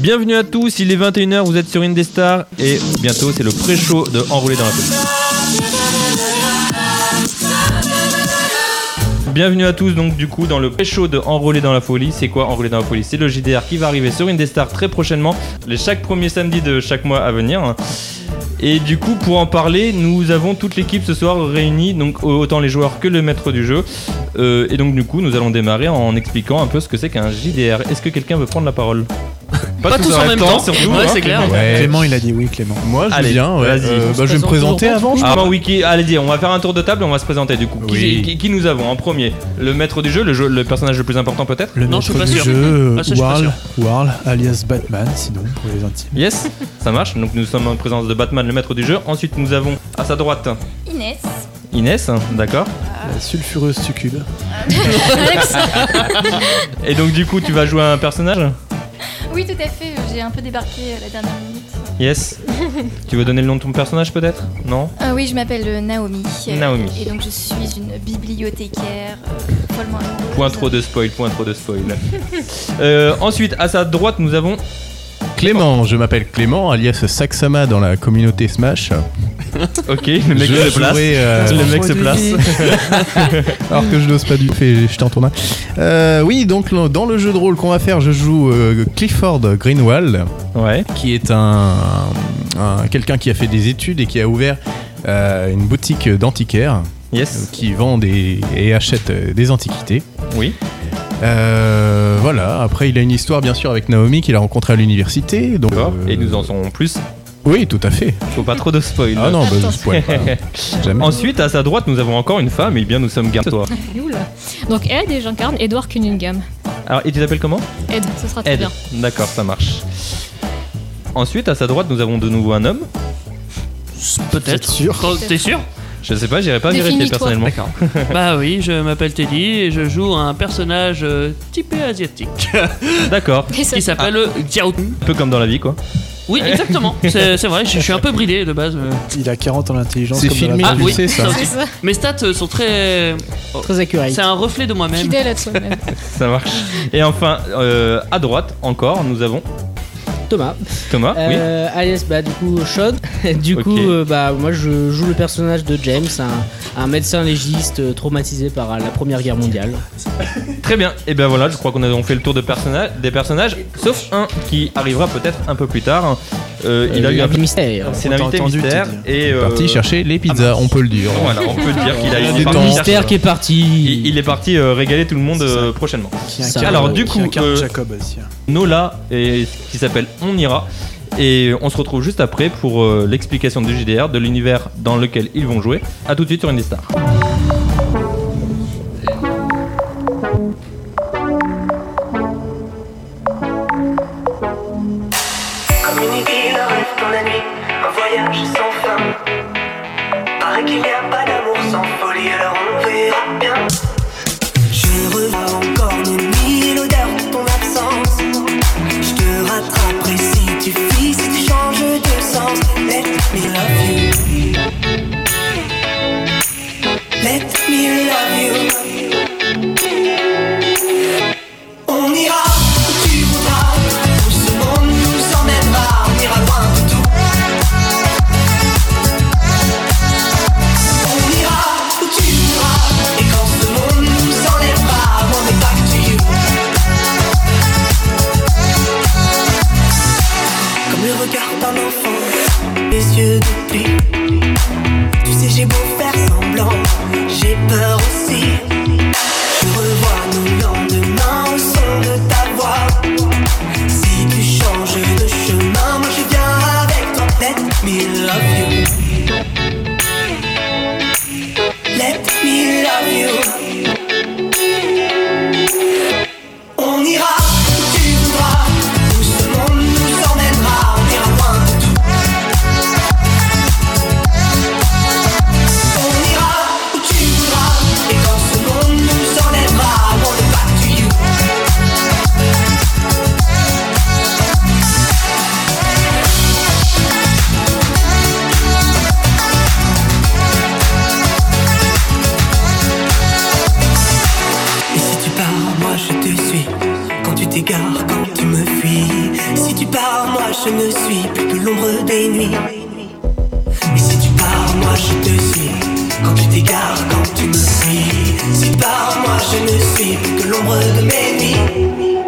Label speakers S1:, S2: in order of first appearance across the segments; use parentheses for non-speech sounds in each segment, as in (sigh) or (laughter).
S1: Bienvenue à tous, il est 21h, vous êtes sur Indestar et bientôt c'est le pré-show de Enroulé dans la peau. Bienvenue à tous donc du coup dans le pré-show de Enrôlé dans la folie. C'est quoi Enrôlé dans la folie C'est le JDR qui va arriver sur Indestar très prochainement, les chaque premier samedi de chaque mois à venir. hein. Et du coup pour en parler, nous avons toute l'équipe ce soir réunie, donc autant les joueurs que le maître du jeu. Euh, et donc du coup nous allons démarrer en expliquant un peu ce que c'est qu'un JDR. Est-ce que quelqu'un veut prendre la parole
S2: Pas tous en même temps.
S1: surtout,
S2: Ouais,
S1: hein.
S2: c'est clair.
S3: Clément, il a dit oui, Clément.
S4: Moi, je
S2: Ah,
S1: Allez,
S4: veux bien. ouais.
S1: vas-y.
S4: Euh, bah, je vais me présenter avant. je-
S1: Ah, bah oui, qui- allez-y, on va faire un tour de table et on va se présenter du coup. Qui,
S4: Oui.
S1: qui- qui nous avons en premier Le maître du jeu, le, jeu- le personnage le plus important peut-être
S3: Le
S2: Non,
S3: maître
S2: je suis pas
S3: du
S2: sûr.
S3: jeu,
S2: Ah, ça, je suis pas
S3: Warl, Warl, alias Batman, sinon, pour les intimes.
S1: Yes, ça marche. Donc nous sommes en présence de Batman, le maître du jeu. Ensuite, nous avons à sa droite
S5: Inès.
S1: Inès, d'accord.
S3: La sulfureuse succube.
S1: Et donc du coup, tu vas jouer un personnage
S5: (laughs) Oui, tout à fait, j'ai un peu débarqué à la dernière minute.
S2: (laughs)
S1: Yes. tu veux donner le nom de ton personnage peut-être Non
S5: Ah oui, je m'appelle euh, Naomi. euh,
S1: Naomi.
S5: Et donc je suis une bibliothécaire euh, follement Hum. amoureuse.
S1: Point trop de spoil, point trop de spoil. Euh, ensuite, à sa droite, nous avons
S4: Clément, je m'appelle Clément, alias Saxama dans la communauté Smash.
S1: (laughs) OK, le mec
S4: je
S1: se place.
S4: jouerai, euh,
S1: Le mec se place. (laughs)
S4: alors que je n'ose pas du tout, je suis en tournage. Euh, oui, donc dans le jeu de rôle qu'on va faire, je joue euh, Clifford Greenwald.
S1: Ouais.
S4: qui est un, un- quelqu'un qui a fait des études et qui a ouvert euh, une boutique d'antiquaires euh,
S1: Yes.
S4: qui vend des, et achète euh, des antiquités.
S1: Oui.
S4: Euh, voilà, après il a une histoire bien sûr avec Naomi qu'il a rencontrée à l'université. Donc,
S1: D'accord.
S4: euh,
S1: Et nous en saurons plus.
S4: Oui, tout à fait.
S1: Faut pas trop de spoil.
S4: Ah non, bah, je spoil
S1: (laughs)
S4: pas. Jamais.
S1: Ensuite, à sa droite, nous avons encore une femme, et eh bien nous sommes garde
S3: (laughs)
S1: toi.
S6: Donc Ed et j'incarne Edward Cunningham.
S1: Alors, et tu t'appelles comment
S6: Ed, ça sera très
S1: Ed.
S6: bien.
S1: D'accord, ça marche. Ensuite, à sa droite, nous avons de nouveau un homme.
S2: Peut-être.
S3: sûr.
S2: T'en- T'es sûr
S1: Je sais pas, j'irai pas vérifier
S6: Définis-toi.
S1: personnellement.
S2: D'accord.
S1: (laughs)
S2: Bah oui, je m'appelle Teddy et je joue un personnage euh, typé asiatique
S1: (laughs) D'accord.
S6: Et ça-
S2: qui s'appelle euh, Xiao.
S1: Un peu comme dans la vie, quoi. Ah.
S2: Oui,
S1: (laughs)
S2: exactement. C'est c'est vrai, je je suis un peu bridé de base. euh.
S3: Il a 40 en intelligence.
S4: C'est
S3: comme dans la vraie
S4: filmé,
S2: Ah
S4: tu
S3: vie.
S2: oui.
S4: le sais
S2: (laughs)
S4: ça.
S6: C'est ça.
S2: Mes stats euh, sont très.
S7: Très accurate.
S2: C'est un reflet de moi-même.
S6: Fidèle à soi-même.
S1: Ça marche. Et enfin, euh, à droite, encore, nous avons
S7: Thomas.
S1: Thomas.
S7: Euh, Alias, bah, du coup, Sean. (laughs) du
S1: Ok.
S7: coup, euh, bah, moi, je joue le personnage de James, un, un médecin légiste euh, traumatisé par euh, la Première Guerre mondiale.
S1: Oui. Très bien. Et ben voilà, je crois qu'on a on fait le tour de personnage, des personnages, sauf un qui arrivera peut-être un peu plus tard. Euh, il a eu un
S7: petit mystère.
S1: C'est
S3: On t'a
S1: l'invité
S3: entendu,
S1: mystère.
S3: t'as dit.
S1: Et. euh,
S4: Parti chercher les pizzas, on peut le dire.
S1: Ah, Voilà, on peut dire qu'il a
S4: Il
S1: eu
S4: y a des temps.
S7: mystère qui est parti.
S1: Il, il est parti euh, régaler tout le monde
S3: C'est ça.
S1: euh, prochainement.
S3: Qui
S7: Ça.
S3: incarne-
S1: Alors, du
S3: qui
S1: coup,
S3: incarne
S1: euh,
S3: Jacob aussi. hein.
S1: Nola, et, qui s'appelle On ira. Et on se retrouve juste après pour euh, l'explication du JDR, de l'univers dans lequel ils vont jouer. A tout de suite sur Indestar.
S8: Comme une aiguille dans rêve dans la nuit, un voyage sans fin. Paraît qu'il n'y a pas d'amour sans folie, alors on verra bien. Je revois encore mes mille odeurs de ton absence. Je te rattraperai si tu fuis, si tu changes de sens. Let me love you. Let je ne suis plus que l'ombre des nuits. Et si tu pars, moi je te suis. Quand tu t'égares, quand tu me suis. Si tu pars, moi je ne suis plus que l'ombre de mes nuits.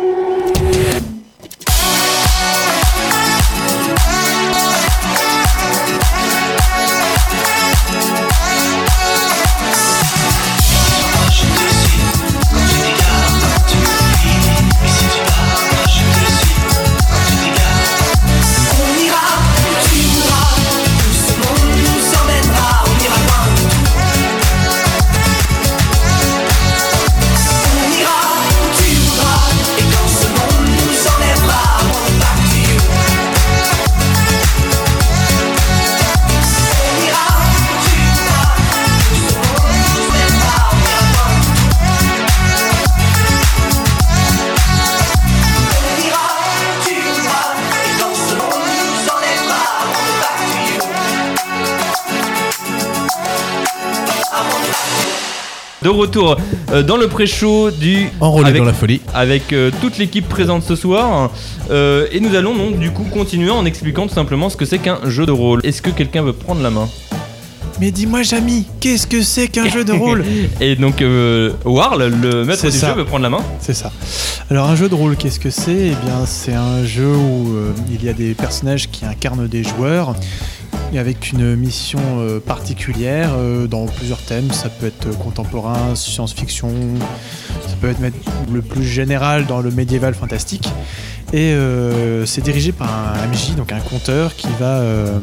S8: On ira où tu voudras, tout ce monde nous emmènera, on ira loin de tout. On ira où tu voudras, et quand ce monde nous enlèvera, on va to you. On ira où tu voudras, tout ce monde nous emmènera, on ira loin de tout. On ira où tu voudras, et quand ce monde nous enlèvera, on va to you.
S1: De retour euh, dans le pré-show du.
S4: Enrôlé
S1: avec-
S4: dans la folie.
S1: avec euh, toute l'équipe présente ce soir. Euh, et nous allons donc du coup continuer en expliquant tout simplement ce que c'est qu'un jeu de rôle. Est-ce que quelqu'un veut prendre la main
S3: Mais dis-moi, Jamy, qu'est-ce que c'est qu'un jeu de rôle
S1: (laughs) Et donc euh, Warl, le maître
S3: C'est
S1: du
S3: ça.
S1: jeu, veut prendre la main.
S3: C'est ça. Alors un jeu de rôle, qu'est-ce que c'est Eh bien, c'est un jeu où euh, il y a des personnages qui incarnent des joueurs et avec une mission euh, particulière euh, dans plusieurs thèmes. Ça peut être euh, contemporain, science-fiction, ça peut être mét- le plus général dans le médiéval fantastique. Et euh, c'est dirigé par un MJ, donc un conteur qui va euh,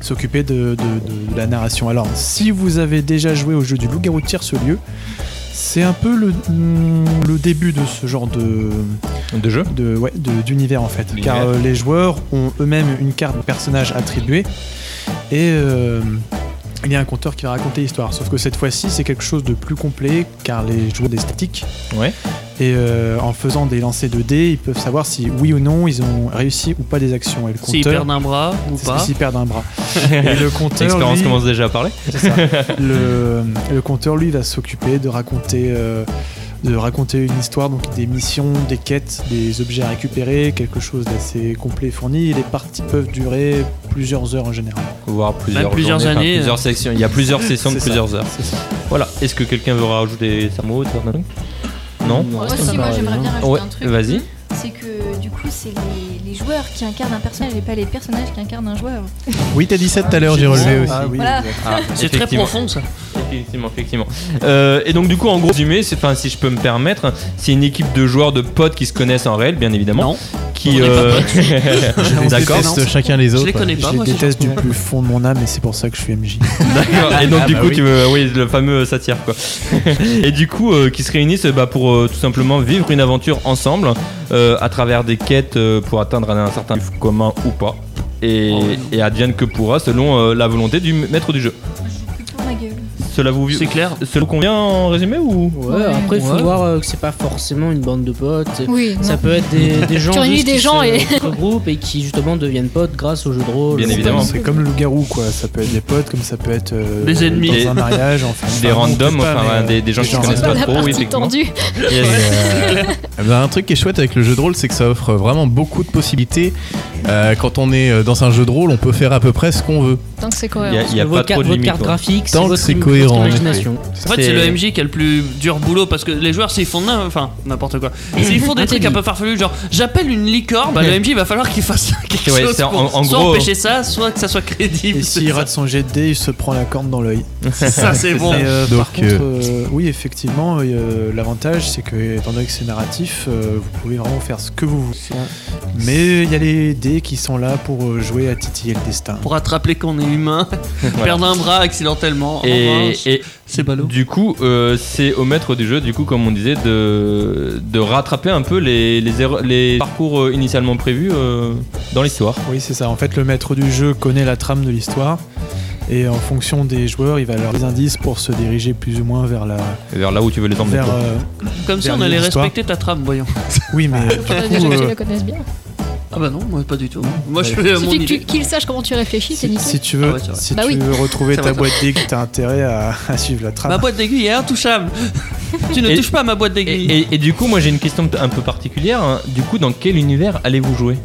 S3: s'occuper de, de- de- de la narration. Alors, si vous avez déjà joué au jeu du loup-garou de ce lieu, c'est un peu le, mm, le début de ce genre de
S1: De jeu
S3: de- ouais, de- d'univers en fait.
S1: D'univers.
S3: Car euh, les joueurs ont eux-mêmes une carte de personnage attribuée et euh, il y a un conteur qui va raconter l'histoire. Sauf que cette fois-ci, c'est quelque chose de plus complet car les joueurs ont des statiques.
S1: Ouais.
S3: Et euh, en faisant des lancers de dés, ils peuvent savoir si oui ou non ils ont réussi ou pas des actions. Et le
S2: S'ils
S3: compteur,
S2: perdent un bras ou
S3: c'est
S2: pas.
S3: s'ils perdent un
S1: (laughs)
S3: bras. et le compteur,
S1: L'expérience
S3: lui,
S1: commence déjà à parler.
S3: (laughs) c'est
S1: (laughs)
S3: ça. le, le compteur, lui, va s'occuper de raconter. euh, de raconter une histoire, donc des missions, des quêtes, des objets à récupérer, quelque chose d'assez complet et fourni. Et les parties peuvent durer plusieurs heures en général.
S1: Voir plusieurs,
S2: Même plusieurs
S1: journées, enfin,
S2: années,
S1: plusieurs
S2: euh.
S1: sections. Il y a plusieurs sessions de
S3: C'est ça,
S1: plusieurs heures.
S3: c'est ça.
S1: Voilà. Est-ce que quelqu'un veut rajouter sa mot faire un truc Non
S5: Moi aussi, moi j'aimerais bien rajouter
S1: Ouais,
S5: un truc.
S1: vas-y.
S5: C'est que du coup, c'est les, les joueurs qui incarnent un personnage et pas les personnages qui incarnent un joueur.
S4: Oui, t'as dit ça tout à l'heure, j'ai relevé aussi.
S3: Ah oui,
S5: Voilà.
S3: exact.
S1: Ah,
S2: C'est très
S1: effectivement.
S2: profond ça.
S1: Effectivement, effectivement. Euh, et donc du coup, en gros, résumé, c'est- enfin, si je peux me permettre, c'est une équipe de joueurs, de potes qui se connaissent en réel, bien évidemment.
S2: Non.
S1: Qui.
S2: On est pas
S1: euh, (laughs)
S2: (laughs)
S4: On
S1: D'accord.
S4: déteste chacun les
S2: Je
S4: autres.
S2: les connais pas
S3: Je
S2: moi.
S3: les
S2: ces
S3: déteste
S2: gens.
S3: du plus fond de mon âme et c'est pour ça que je suis MJ.
S1: D'accord. Et donc
S4: Ah
S1: du
S4: bah
S1: coup
S4: oui.
S1: tu veux oui le fameux satire quoi. (laughs) et du coup euh, qui se réunissent bah, pour euh, tout simplement vivre une aventure ensemble euh, à travers des quêtes euh, pour atteindre un certain but commun ou pas. Et,
S2: Oh, oui.
S1: et advienne que pourra selon euh, la volonté du maître du jeu.
S5: Pour ma gueule.
S1: Cela vous
S2: C'est clair.
S1: cela vous convient en résumé ou
S7: Ouais, après, il faut
S2: Ouais.
S7: voir euh, que c'est pas forcément une bande de potes. c'est-
S6: Oui,
S7: Ça
S6: non.
S7: peut être des,
S1: (laughs)
S7: des gens
S6: Tu réunis
S7: juste
S6: des
S7: qui
S6: gens
S7: se
S6: et-
S7: regroupent et qui justement deviennent potes grâce au jeu de rôle.
S1: Bien évidemment.
S3: C'est comme Oh, le loup-garou, quoi. Ça peut être des potes, comme ça peut être euh,
S2: Des ennemis.
S3: dans un mariage, enfin,
S1: Des
S3: enfin,
S1: randoms,
S3: peut-être pas,
S1: enfin,
S3: mais, euh,
S1: ouais, des- des gens qui se
S6: (laughs)
S3: en
S1: connaissent
S3: fait.
S1: pas
S6: la
S1: trop, oui,
S6: partie
S1: effectivement.
S6: tendue.
S1: Yes.
S4: Eh ben, un truc qui est chouette avec le jeu de rôle, c'est que ça offre vraiment beaucoup de possibilités. Euh, quand on est euh, dans un jeu de rôle, on peut faire à peu près ce qu'on veut.
S6: Tant que c'est
S1: Il y a,
S6: cohérent.
S1: il y a pas
S7: votre,
S1: trop de
S7: votre
S1: limites.
S7: carte
S1: quoi.
S7: graphique,
S4: Tant que
S7: votre,
S4: c'est
S7: votre
S4: cohérent, en
S7: imagination.
S2: En fait, c'est le MJ qui a le plus dur boulot parce que les joueurs, s'ils font n'im- enfin n'importe quoi, s'ils font des trucs un peu farfelus, genre j'appelle une licorne, bah, le MJ il va falloir qu'il fasse (laughs) quelque
S1: Ouais,
S2: chose
S1: c'est en-
S2: pour
S1: en
S2: soit
S1: gros-
S2: empêcher ça, soit que ça soit crédible.
S3: Et s'il
S2: c'est
S3: rate son jet de dés, il se prend la corne dans
S1: (laughs)
S3: l'œil.
S2: ça, ça c'est bon.
S3: Mais, euh,
S4: Donc,
S3: par contre, euh, oui, effectivement, euh, l'avantage, c'est que, étant donné que c'est narratif, euh, vous pouvez vraiment faire ce que vous voulez. Mais il y a les dés qui sont là pour euh, jouer à titiller le destin.
S2: Pour attraper qu'on est
S1: (laughs)
S2: humain, (laughs) perdre un bras accidentellement, en
S1: Et,
S2: revanche,
S1: et
S2: c'est ballot.
S1: du coup, euh, c'est au maître du jeu, du coup, comme on disait, de, de rattraper un peu les, les, erreurs- les parcours euh, initialement prévus euh, dans l'histoire.
S3: Oui, c'est ça. En fait, le maître du jeu connaît la trame de l'histoire. Et en fonction des joueurs, il va leur donner des indices pour se diriger plus ou moins vers la.
S1: Vers là où tu veux les emmener.
S3: Vers, euh,
S2: Comme si on allait
S3: dernière histoire.
S2: respecter ta trame, voyons.
S3: Oui, mais du
S6: Faudrait déjà
S3: coup,
S6: que tu
S3: euh,
S6: le connaisses bien.
S2: Ah bah non, moi pas du tout. Moi je fais euh, mon
S6: Suffit que
S2: idée.
S6: tu- qu'il sache comment tu réfléchis, c'est
S3: si,
S6: nickel.
S3: si tu veux,
S2: Ah ouais, c'est vrai.
S3: si
S6: Bah
S3: tu
S6: oui.
S3: veux retrouver
S2: Ça
S3: ta
S2: va, ça
S3: boîte d'aiguille, t'as intérêt à, à suivre la trame.
S2: Ma boîte d'aiguille est intouchable. tu ne
S1: Et-
S2: touches pas à ma boîte
S1: Et,
S2: d'aiguille.
S1: et- et du coup, moi j'ai une question un peu particulière. hein. Du coup, dans quel univers allez-vous jouer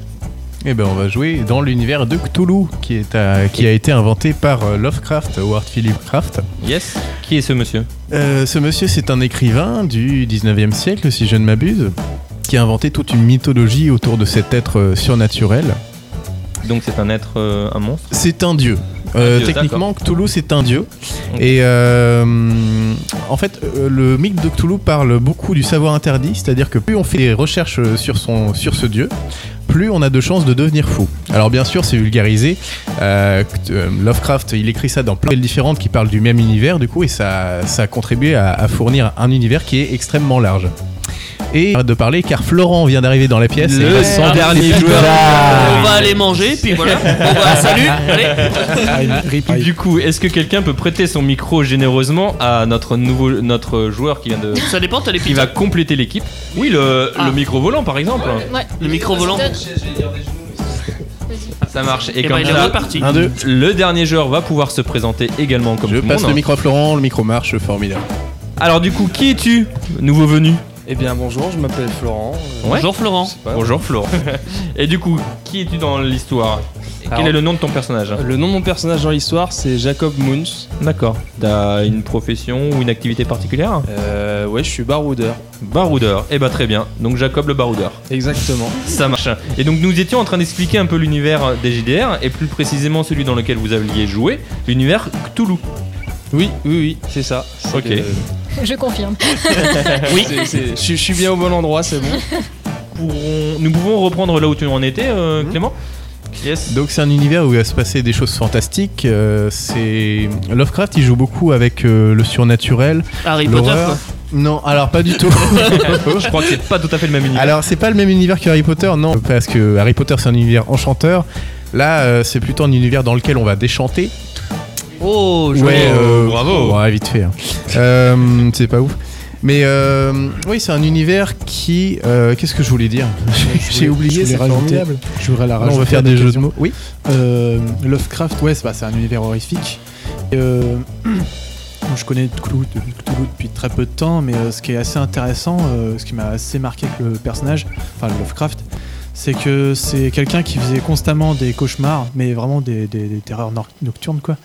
S4: Eh ben, on va jouer dans l'univers de Cthulhu, qui, est à- qui a été inventé par euh, Lovecraft, Howard Philip Craft.
S1: Yes. Qui est ce monsieur
S4: Euh, ce monsieur, c'est un écrivain du 19e siècle, si je ne m'abuse, qui a inventé toute une mythologie autour de cet être euh, surnaturel.
S1: Donc c'est un être, euh, un monstre.
S4: C'est un dieu. Euh,
S1: Un dieu,
S4: techniquement, Cthulhu, c'est un dieu.
S1: Ok.
S4: Et euh, en fait, euh, le mythe de Cthulhu parle beaucoup du savoir interdit, c'est-à-dire que plus on fait des recherches euh, sur, son, sur ce dieu, plus on a de chances de devenir fou. Alors bien sûr, c'est vulgarisé. Euh, Cth- euh, Lovecraft, il écrit ça dans plein de nouvelles différentes qui parlent du même univers, du coup, et ça, ça a contribué à, à fournir un univers qui est extrêmement large. Et arrête de parler car Florent vient d'arriver dans la pièce. et
S1: Le
S4: il
S1: cent
S4: va-
S1: dernier joueur.
S2: On va aller manger, puis
S1: (laughs)
S2: voilà. Bon bah, salut,
S1: Ah,
S2: allez.
S4: Ah,
S1: Du coup, est-ce que quelqu'un peut prêter son micro généreusement à notre nouveau notre joueur qui vient de
S2: Ça dépend, t'as les
S1: qui
S2: pizzas.
S1: va compléter l'équipe Oui, le,
S2: Ah.
S1: le micro volant par exemple.
S6: Ouais.
S2: Le micro volant.
S6: Donne.
S1: Ça marche. Et,
S2: Et
S1: comme
S2: bah, il est
S1: ça,
S2: reparti.
S4: Un, deux.
S1: le dernier joueur va pouvoir se présenter également comme
S4: Je
S1: tout le
S4: passe
S1: monde.
S4: le micro à Florent, le micro marche, formidable.
S1: Alors du coup, qui es-tu, nouveau venu
S9: Eh bien bonjour, je m'appelle Florent. Euh,
S1: Ouais.
S2: Bonjour Florent.
S9: je sais pas. (laughs)
S1: Bonjour Florent. Et du coup, qui es-tu dans l'histoire Et Quel
S9: Alors-
S1: est le nom de ton personnage
S9: Le nom de mon personnage dans l'histoire, c'est Jacob Moons.
S1: D'accord. T'as une profession ou une activité particulière
S9: Euh, ouais, je suis baroudeur.
S1: Baroudeur. Eh bah très bien. Donc Jacob le baroudeur.
S9: Exactement.
S1: Ça marche. Et donc nous étions en train d'expliquer un peu l'univers des JDR et plus précisément celui dans lequel vous aviez joué, l'univers Cthulhu.
S9: Oui, oui, oui, c'est ça. C'est
S1: Ok.
S9: que-
S6: (laughs) Je confirme.
S9: oui. c'est- c'est- Je suis- je suis bien au bon endroit, c'est bon.
S1: Pourrons- Nous pouvons reprendre là où tu en étais,
S9: Mhm.
S1: euh, Clément Yes.
S4: Donc c'est un univers où il va se passer des choses fantastiques. euh, c'est Lovecraft, il joue beaucoup avec euh, le surnaturel,
S2: Ah, Harry Potter.
S4: l'horreur. Non, alors pas du tout.
S1: Je crois que c'est pas tout à fait le même univers.
S4: alors c'est pas le même univers que Harry Potter, non, parce que Harry Potter c'est un univers enchanteur. Là, euh, c'est plutôt un univers dans lequel on va déchanter.
S2: quoi. Oh, je
S4: Ouais, euh,
S1: bravo.
S4: ouais, vite fait. hein. Euh, c'est pas ouf. Mais euh, oui, c'est un univers qui. euh, Qu'est-ce que je voulais dire (laughs) J'ai oublié.
S3: je voulais
S4: C'est
S3: rajouter.
S4: formidable.
S3: Je voudrais la
S4: Non,
S3: rajouter.
S4: on va
S3: à
S4: faire des jeux de
S3: l'occasion.
S4: mots. Oui.
S3: Euh, Lovecraft, ouais, c'est bah, c'est un univers horrifique. Et, euh, (clears throat) je connais Cthulhu, Cthulhu depuis très peu de temps, mais euh, ce qui est assez intéressant, euh, ce qui m'a assez marqué avec le personnage, enfin Lovecraft, c'est que c'est quelqu'un qui faisait constamment des cauchemars, mais vraiment des, des- des terreurs nor- nocturnes, quoi.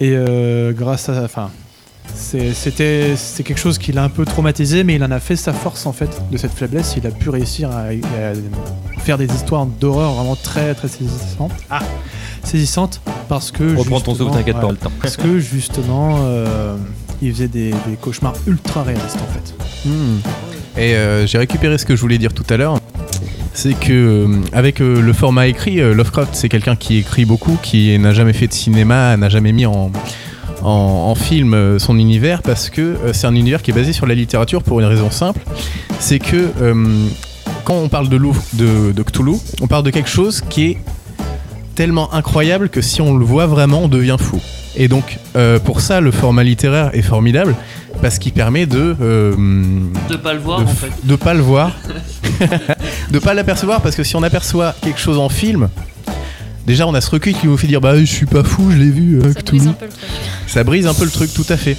S3: Et euh, grâce à. Enfin. c'est- C'était c'est quelque chose qui l'a un peu traumatisé, mais il en a fait sa force en fait. De cette faiblesse, il a pu réussir à- à faire des histoires d'horreur vraiment très très saisissantes. Ah. Saisissantes parce que.
S1: Reprends ton
S3: justement,
S1: souffle, t'inquiète pas, on a
S3: ouais,
S1: le temps.
S3: Parce que justement, euh, il faisait des, des cauchemars ultra réalistes en fait.
S4: Hmm. Et euh, j'ai récupéré ce que je voulais dire tout à l'heure. C'est que euh, avec euh, le format écrit, euh, Lovecraft c'est quelqu'un qui écrit beaucoup, qui n'a jamais fait de cinéma, n'a jamais mis en, en, en film euh, son univers parce que euh, c'est un univers qui est basé sur la littérature pour une raison simple, c'est que euh, quand on parle de, Lou- de, de Cthulhu, on parle de quelque chose qui est tellement incroyable que si on le voit vraiment, on devient fou. Et donc euh, pour ça, le format littéraire est formidable parce qu'il permet de euh,
S2: de pas le voir
S4: de,
S2: en fait.
S4: de pas le
S2: (laughs)
S4: voir, de pas l'apercevoir, parce que si on aperçoit quelque chose en film, déjà on a ce recul qui vous fait dire bah je suis pas fou, je l'ai vu, euh,
S6: Ça
S4: Cthulhu.
S6: brise un peu le truc.
S4: ça brise un peu le truc tout à fait.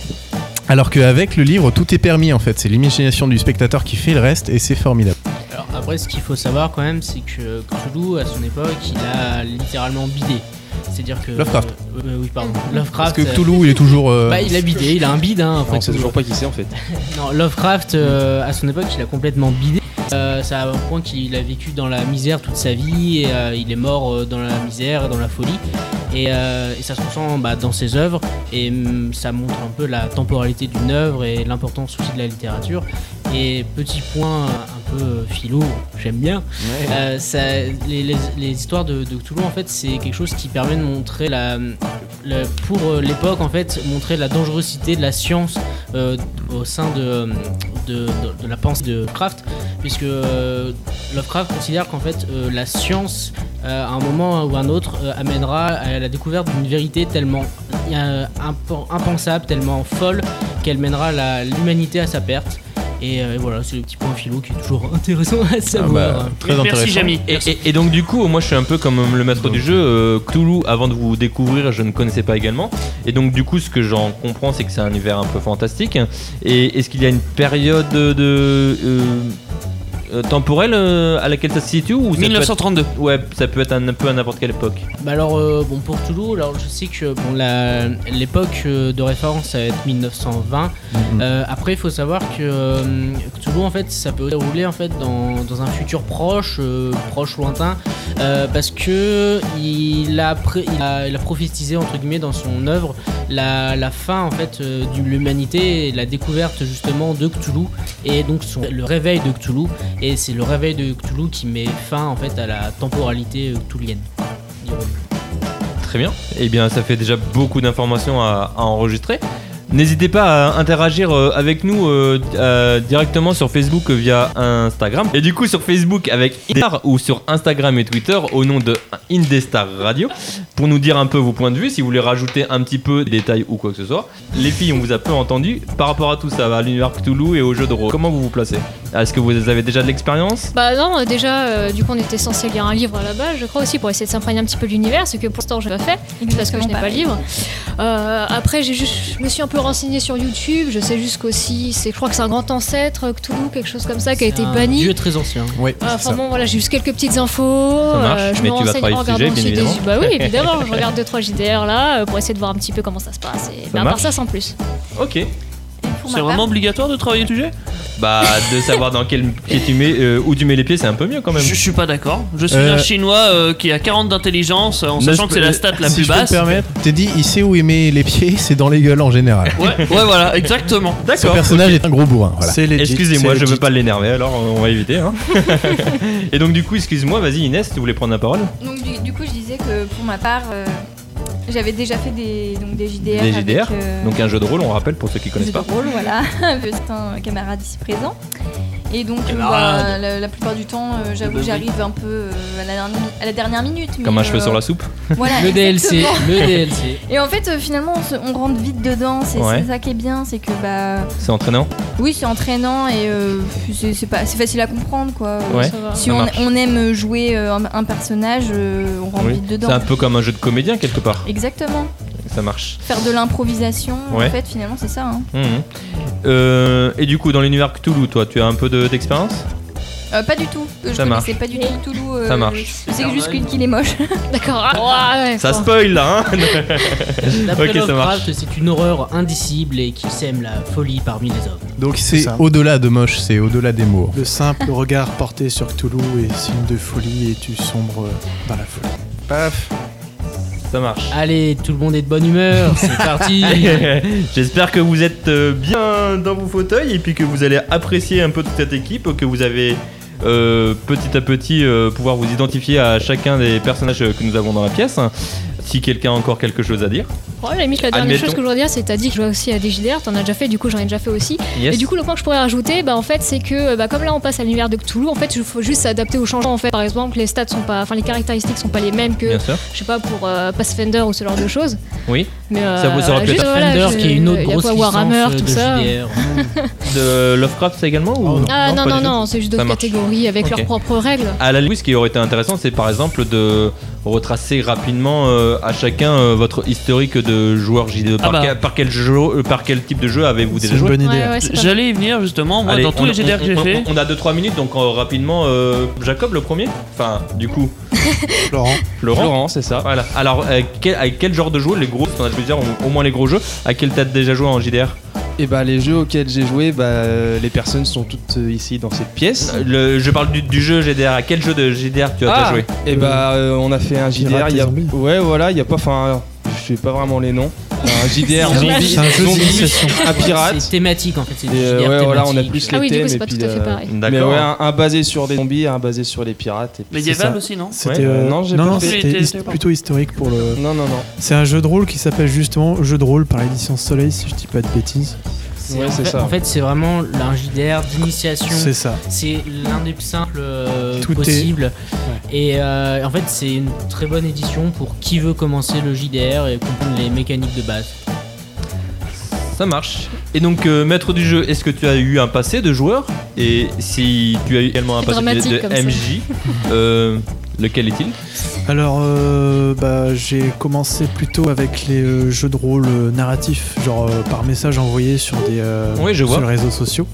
S4: Alors qu'avec le livre, tout est permis en fait, c'est l'imagination du spectateur qui fait le reste et c'est formidable.
S7: Alors après, ce qu'il faut savoir quand même, c'est que Cthulhu, à son époque, il a littéralement bidé. C'est-à-dire que.
S4: Lovecraft.
S7: Euh, euh, oui, pardon.
S4: Parce
S7: Lovecraft.
S4: que
S7: euh,
S4: Cthulhu il est toujours. euh,
S7: bah, il a bidé, il a un bide, hein. après
S9: on sait
S7: tout.
S9: toujours pas qui c'est en fait.
S7: (laughs) Non, Lovecraft, euh, à son époque, il a complètement bidé. Euh, ça va au point qu'il a vécu dans la misère toute sa vie, et, euh, il est mort euh, dans la misère, dans la folie, et, euh, et ça se ressent bah, dans ses œuvres, et hum, ça montre un peu la temporalité d'une œuvre et l'importance aussi de la littérature. Et petit point euh, un peu euh, philo, j'aime bien, euh, ça- les, les- les histoires de, de Cthulhu, en fait, c'est quelque chose qui permet de montrer la, la- pour euh, l'époque, en fait, montrer la dangerosité de la science euh, au sein de, euh, de, de- de la pensée de Kraft, puisque euh, Lovecraft considère qu'en fait euh, la science, euh, à un moment ou à un autre, euh, amènera à la découverte d'une vérité tellement euh, impo- impensable, tellement folle, qu'elle mènera la- l'humanité à sa perte. Et euh, voilà, c'est le petit point philo qui est toujours (laughs) intéressant à
S4: ah,
S7: savoir.
S4: bah, très
S2: Merci
S4: intéressant.
S2: Jamie.
S1: Et, et- et donc du coup, moi je suis un peu comme le maître du jeu, euh, Cthulhu, avant de vous découvrir, je ne connaissais pas également. Et donc du coup, ce que j'en comprends, c'est que c'est un univers un peu fantastique. Et est-ce qu'il y a une période de... euh, euh, temporelle euh, à laquelle ça se situe ou ça peut être-
S2: 1932.
S1: Ouais, ça peut être un, un peu à n'importe quelle époque.
S7: Bah alors, euh, bon, pour Toulouse, alors je sais que bon, la- l'époque euh, de référence, ça va être 1920.
S4: Mm-hmm.
S7: Euh, après, il faut savoir que, euh, que Toulouse, en fait, ça peut dérouler en fait, dans, dans un futur proche, euh, proche lointain, euh, parce que il a, pré- il, a, il a prophétisé, entre guillemets, dans son œuvre, la, la fin, en fait, euh, de l'humanité, et la découverte, justement, de Cthulhu, et donc son, le réveil de Cthulhu, et c'est le réveil de Cthulhu qui met fin, en fait, à la temporalité euh, cthulhuienne.
S1: Très bien. Eh bien, ça fait déjà beaucoup d'informations à, à enregistrer. N'hésitez pas à interagir euh, avec nous euh, euh, directement sur Facebook euh, via Instagram. Et du coup, sur Facebook avec Indestar ou sur Instagram et Twitter au nom de Indestar Radio pour nous dire un peu vos points de vue, si vous voulez rajouter un petit peu des détails ou quoi que ce soit. Les filles, on vous a peu entendu par rapport à tout ça, à l'univers Cthulhu et au jeu de rôle. Comment vous vous placez Est-ce que vous avez déjà de l'expérience
S6: Bah non, euh, déjà, euh, du coup, on était censé lire un livre à la base, je crois aussi, pour essayer de s'imprégner un petit peu de l'univers, ce que pour l'instant, je n'ai pas fait, parce que je n'ai pas le livre. Euh, après, j'ai juste, je me suis un peu renseignée sur YouTube, je sais juste qu'aussi, c'est- je crois que c'est un grand ancêtre, euh, Cthulhu, quelque chose comme ça, qui a été
S7: un
S6: banni.
S7: Dieu très ancien.
S4: Ouais,
S6: Ah, Enfin bon, voilà, j'ai juste quelques petites infos. euh,
S1: Ça marche,
S6: je
S1: mais
S6: me
S1: tu vas
S6: renseigne
S1: travailler
S6: en
S1: le
S6: regardant
S1: sujet, bien
S6: chez
S1: évidemment.
S6: des- Bah oui, évidemment,
S1: (laughs)
S6: je regarde 2-3 JDR là euh, pour essayer de voir un petit peu comment ça se passe. Et... mais à part
S1: marche.
S6: ça, sans plus.
S1: Ok.
S5: Pour ma
S2: C'est
S5: part,
S2: vraiment obligatoire de travailler le sujet
S1: Bah, de savoir dans quel pied tu mets, euh, où tu mets les pieds, c'est un peu mieux quand même.
S2: Je suis pas d'accord. Je suis
S4: Euh,
S2: un chinois euh, qui a 40 d'intelligence euh, en
S4: Là,
S2: sachant
S4: je
S2: que c'est
S4: peux-
S2: la stat la
S4: si
S2: plus
S4: je peux me
S2: basse.
S4: permettre, t'es dit, il sait où aimer les pieds, c'est dans les gueules en général.
S2: Ouais, ouais, voilà, exactement.
S4: Ce personnage est un gros bourrin. Voilà.
S3: C'est legit,
S1: Excusez-moi,
S3: c'est
S1: je veux
S3: legit.
S1: pas l'énerver, alors on va éviter.
S3: (laughs)
S1: hein. Et donc du coup, excuse-moi, vas-y Inès, tu voulais prendre la parole
S5: Donc du, du coup, je disais que pour ma part, euh, j'avais déjà fait des, donc, des JDR.
S1: Des JDR,
S5: avec, euh,
S1: Donc un jeu de rôle, on rappelle pour ceux qui connaissent
S5: C'est
S1: pas.
S5: drôle, voilà, (laughs) avec un camarade ici présent. Et donc, euh,
S2: Camarade.
S5: bah, la, la plupart du temps, euh, j'avoue,
S2: bah oui.
S5: j'arrive un peu euh, à, la dernière, mi- à la dernière minute. mais,
S1: Comme un cheveu
S5: euh,
S1: sur la soupe.
S5: (laughs) Voilà,
S7: Le DLC,
S5: exactement.
S7: le DLC.
S5: (laughs) Et en fait, euh, finalement, on, se- on rentre vite dedans. C'est
S1: Ouais.
S5: c'est ça qui est bien, c'est que bah,
S1: C'est entraînant.
S5: oui, c'est entraînant et euh, c'est c'est pas, c'est facile à comprendre, quoi.
S1: Ouais.
S6: Ça va.
S5: Si
S1: ça
S5: on,
S1: marche.
S5: on aime jouer euh, un, un personnage, euh, on rentre
S1: Oui.
S5: vite
S1: C'est un
S5: dedans.
S1: peu comme un jeu de comédien quelque part.
S5: Exactement.
S1: Ça marche.
S5: Faire de l'improvisation,
S1: Ouais.
S5: en fait, finalement, c'est ça. hein.
S1: Mhm. Euh, et du coup, dans l'univers Cthulhu, toi, tu as un peu de- d'expérience
S5: Euh, pas du tout. Euh, Je
S1: Ça
S5: connaissais pas du tout Toulouse.
S10: euh,
S1: Ça marche.
S5: Je sais juste qu'il qu'il est
S10: (laughs)
S5: moche.
S6: D'accord. Ah, ouais,
S1: Ça
S6: bon.
S1: spoil là, hein
S7: (laughs) D'après
S1: Ok, ça marche.
S7: Lovecraft, c'est une horreur indicible et qui sème la folie parmi les hommes.
S4: Donc
S3: C'est
S4: c'est
S3: ça.
S4: au-delà de moche, c'est au-delà des mots.
S3: Le simple regard porté sur Cthulhu est signe de folie et tu sombres euh, dans la folie.
S4: Paf.
S1: Ça marche.
S7: Allez, tout le monde est de bonne humeur, c'est
S9: (laughs)
S7: parti
S1: (laughs) J'espère que vous êtes euh, bien dans vos fauteuils et puis que vous allez apprécier un peu toute cette équipe, que vous avez euh, petit à petit euh, pouvoir vous identifier à chacun des personnages euh, que nous avons dans la pièce. Si quelqu'un a encore quelque chose à dire.
S6: Oh, à la limite, la dernière
S1: Admettons.
S6: chose que je voudrais dire, c'est que t'as dit que je jouais aussi à des JDR, t'en as déjà fait, du coup, j'en ai déjà fait aussi.
S1: Yes.
S6: Et du coup, le point que je pourrais rajouter, bah, en fait, c'est que bah, comme là, on passe à l'univers de Cthulhu, en fait, il faut juste s'adapter aux changements. En fait, par exemple, les stats sont pas, enfin, les caractéristiques sont pas les mêmes que,
S1: Bien sûr.
S6: je sais pas, pour euh, Pathfinder ou ce genre de choses.
S1: Oui.
S6: Mais euh,
S1: Ça vous aura peut-être
S6: juste, voilà,
S7: Thunder,
S6: je-
S7: qui est une autre
S6: il y a
S7: grosse
S6: quoi,
S7: licence
S6: Warhammer,
S7: euh,
S6: tout
S7: de
S6: ça.
S7: JDR.
S6: (laughs)
S1: De Lovecraft également ou...
S3: Oh, non.
S6: Ah non,
S1: pas
S6: non,
S1: du tout.
S6: non, c'est juste
S1: Ça
S6: d'autres
S1: marche.
S6: catégories avec
S1: Ok. Ah.
S6: leurs propres règles.
S1: À la limite, ce qui aurait été intéressant, c'est par exemple de retracer rapidement euh, à chacun euh, votre historique de joueur JDE. Par,
S2: Ah bah.
S1: quel- par quel jeu, euh, par quel type de jeu avez-vous
S3: C'est
S1: déjà
S3: une
S1: joué
S3: bonne idée.
S6: Ouais, ouais, c'est pas mal.
S2: J'allais y venir justement, moi
S1: Allez,
S2: dans tous
S1: on-
S2: les GDR que j'ai
S1: on- on-
S2: fait.
S1: On, on a 2-3 minutes, donc euh, rapidement, euh, Jacob le premier Enfin, du coup,
S3: (laughs) Laurent,
S1: Laurent.
S9: Laurent, c'est ça.
S1: Voilà. Alors, euh, quel, avec quel genre de jeu les gros, on a choisi au, au moins les gros jeux, à quel t'as déjà joué en JDR
S9: Et bah les jeux auxquels j'ai joué, bah euh, les personnes sont toutes euh, ici dans cette pièce.
S1: Euh, Le- Je parle du, du jeu GDR, à quel jeu de JDR tu as déjà joué
S9: Et bah euh, on a fait un JDR.
S3: Pirates
S9: il
S3: et
S9: Y a...
S3: zombies.
S9: Ouais voilà, il y a pas, enfin, je sais pas vraiment les noms. Un JDR, zombie,
S3: c'est un jeu
S9: zombie, Ah,
S3: d'initiation.
S9: un
S7: C'est
S9: pirate.
S7: thématique en fait, c'est
S9: Et
S7: des
S9: euh,
S7: JDR
S9: ouais voilà, on a
S7: thématiques.
S9: plus
S6: Ah
S9: les
S6: oui, du coup,
S9: thèmes
S6: c'est
S9: et
S6: pas
S9: puis.
S6: tout à fait
S9: euh,
S6: pareil.
S9: Mais
S1: D'accord.
S9: ouais, un, un basé sur des zombies, un basé sur les pirates. Et puis
S2: Médiéval
S3: ça.
S2: aussi, non
S3: c'était
S1: Ouais,
S9: euh,
S3: euh,
S9: non, j'ai
S3: non,
S9: pas
S3: non,
S2: fait.
S3: c'était
S2: C'était-
S3: his- plutôt historique pour le.
S9: Non non non.
S3: C'est un jeu de rôle qui s'appelle justement jeu de rôle par l'édition Soleil si je dis pas de bêtises.
S9: Ouais,
S7: en,
S9: c'est
S7: fait,
S9: ça.
S7: en fait, c'est vraiment un JDR d'initiation.
S3: C'est ça.
S7: C'est l'un des plus simples euh,
S3: Tout est-
S7: possibles. Et euh, en fait, c'est une très bonne édition pour qui veut commencer le JDR et comprendre les mécaniques de base.
S1: Ça marche. Et donc, euh, maître du jeu, est-ce que tu as eu un passé de joueur Et si tu as eu également un
S6: C'est
S1: passé
S6: (laughs)
S1: de-
S6: dramatique
S1: de,
S6: comme ça.
S1: MJ, euh, Lequel est-il
S3: Alors, euh, bah, j'ai commencé plutôt avec les euh, jeux de rôle euh, narratifs, genre euh, par message envoyé sur des euh,
S1: Oui, je
S3: sur
S1: vois.
S3: les réseaux sociaux.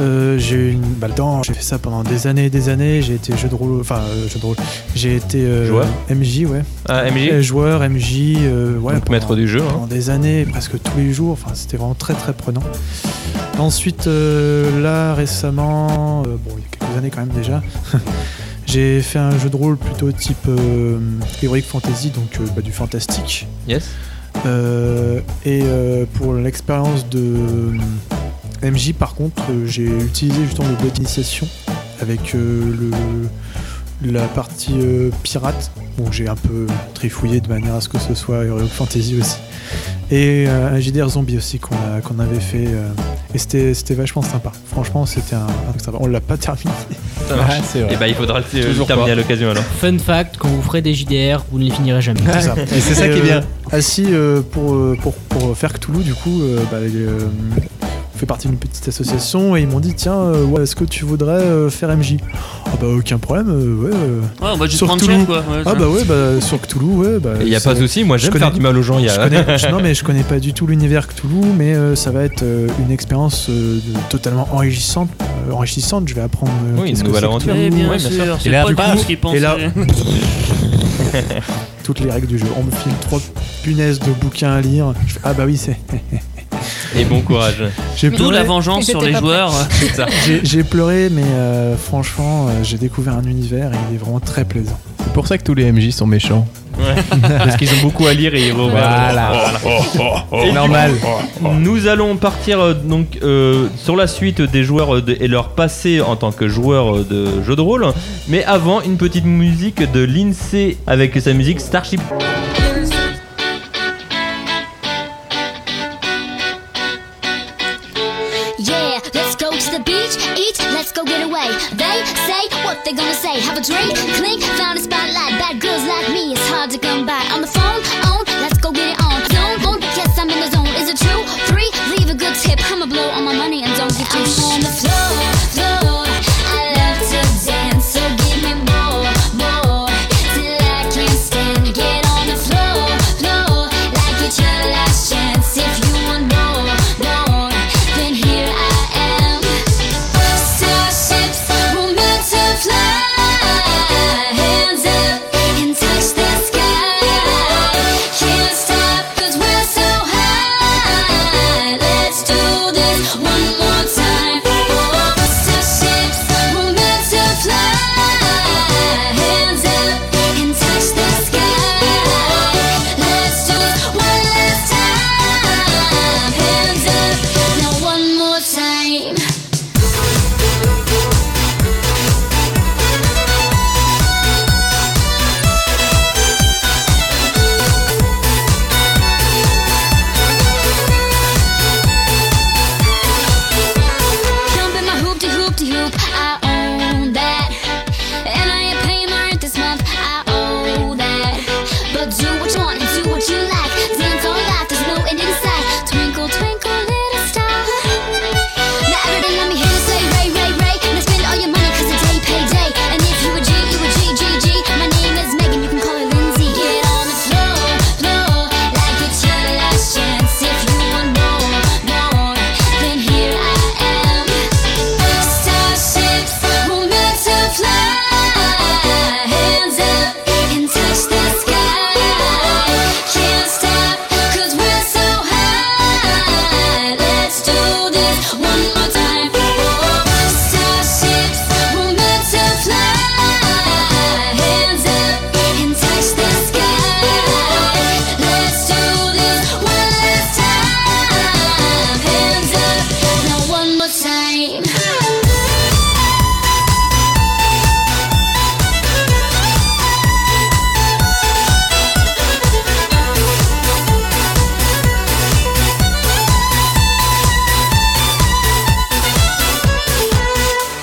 S3: Euh, j'ai eu une balle dedans, j'ai fait ça pendant des années et des années. J'ai été jeu de rôle, enfin euh, jeu de rôle. J'ai été euh,
S1: Joueur
S3: MJ, ouais.
S1: Ah, MJ
S3: Euh, Joueur, MJ, euh, ouais.
S1: Donc,
S3: pendant-
S1: maître du jeu, hein.
S3: Pendant des années, presque tous les jours. Enfin, c'était vraiment très très prenant. Ensuite, euh, là récemment, euh, bon, il y a quelques années quand même déjà. (laughs) J'ai fait un jeu de rôle plutôt type euh, Heroic Fantasy, donc euh, bah, du fantastique.
S1: Yes.
S3: Euh, et euh, pour l'expérience de euh, MJ, par contre, euh, j'ai utilisé justement le boîte d'initiation avec euh, le, la partie euh, pirate. Bon, j'ai un peu trifouillé de manière à ce que ce soit Heroic Fantasy aussi. Et euh, un JDR zombie aussi qu'on a- qu'on avait fait. euh, et c'était c'était vachement sympa. Franchement, c'était un, un truc sympa. On l'a pas (laughs) terminé.
S1: Ça marche.
S4: Ah, c'est vrai.
S1: Et bah, il faudra le le
S4: Toujours
S1: terminer
S4: pas.
S1: à l'occasion alors.
S7: Fun fact, quand vous ferez des JDR, vous ne les finirez jamais.
S3: C'est ça.
S4: Et c'est ça
S3: Et,
S4: qui est
S3: euh,
S4: bien.
S3: Ah si, euh, pour, euh, pour, pour faire Cthulhu, du coup, euh, bah, euh, on fait partie d'une petite association et ils m'ont dit tiens, euh, ouais, est-ce que tu voudrais euh, faire MJ Ah bah aucun problème, euh, ouais. euh.
S2: Ouais, on va juste
S3: Sur
S2: prendre
S3: Toulouse.
S2: cher quoi. Ouais,
S3: Ah
S2: ça.
S3: bah ouais, bah sur Cthulhu, ouais. Bah,
S1: Il y a pas de
S3: c'est-
S1: souci, moi j'aime
S3: connais-
S1: faire du mal aux gens. Il y
S3: je
S1: a...
S3: connais-
S1: (laughs)
S3: je- non mais je connais pas du tout l'univers Cthulhu, mais euh, ça va être euh, une expérience euh, de- totalement enrichissante. euh, enrichissante, je vais apprendre. euh,
S1: Oui,
S3: qu'est-ce
S1: une
S3: que
S1: nouvelle
S3: c'est
S1: aventure.
S2: Ouais, Eh bien
S1: Ouais, bien
S2: sûr, c'est
S4: Et là,
S2: pas
S4: paf,
S2: le ce qui pense.
S3: et là-
S4: (laughs)
S3: (laughs) toutes les règles du jeu. On me file trois punaises de bouquins à lire. Je fais, ah bah oui, c'est.
S1: Et bon courage.
S3: J'ai
S2: D'où
S3: pleuré,
S2: la vengeance sur
S5: J'étais pas
S2: les
S5: prête.
S2: joueurs.
S1: (laughs) C'est ça.
S3: j'ai- j'ai pleuré, mais euh, franchement, euh, j'ai découvert un univers et il est vraiment très plaisant.
S4: C'est pour ça que tous les MJ sont méchants. (laughs)
S1: Parce qu'ils ont beaucoup à lire et ils Oh, revendent.
S4: Voilà.
S1: Et
S4: C'est normal.
S1: Nous allons partir euh, donc euh, sur la suite des joueurs euh, de- et leur passé en tant que joueurs euh, de jeux de rôle. Mais avant, une petite musique de l'INSEE avec sa musique Starship.
S11: Yeah, let's go to the beach, eat, let's go get away. They say what they gonna say. Have a drink, clink, found a spotlight. Bad girls like me, it's hard to come by. On the phone, on, let's go get it on. Zone, on, yes, I'm in the zone. Is it true? Three, leave a good tip. I'ma blow all my money and don't get too I'm on the floor, floor. I love to dance, so give me more, more. Till I can't stand, get on the floor, floor. Like it's your last chance if you want more, more. Then here I am. Starships were meant to fly. Hands up and touch the sky. Can't stop 'cause we're so high. Let's do this one more time. Oh, Starships were meant to fly. Hands up and touch the sky. Let's do it one last time. Hands up now one more time. Jump in my hoop de hoop de hoop, I own that. And I ain't paying my rent this month, I owe that. But do what you want and do what you like. Dance all night, there's no end in sight. Twinkle, twinkle, little star. Now everybody let me hear you say Ray, Ray, Ray. And spend all your money 'cause today payday. And if you a G, you a G, G, G. My name is Megan, you can call her Lindsay. Get on the floor, floor. Like it's your last chance if you want more, more. Then here I am. Starships were meant to fly. Hands up and touch the sky. Can't stop 'cause we're so high. Let's do this one more time. Starships were meant to fly. Hands up and touch the sky. Let's do this one last time. Hands up now one more time.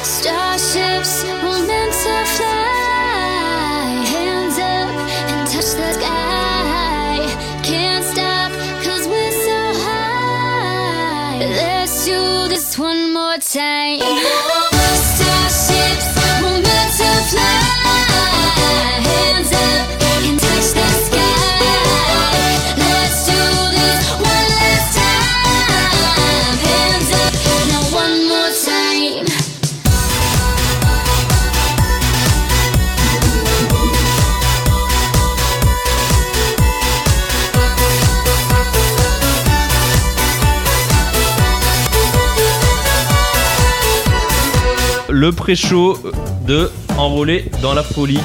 S11: Starships were meant to fly. Hands up and touch the sky. Can't stop, cause we're so high. Let's do this one more time. Starships were meant to fly.
S1: le pré-show de Enrôler dans la folie.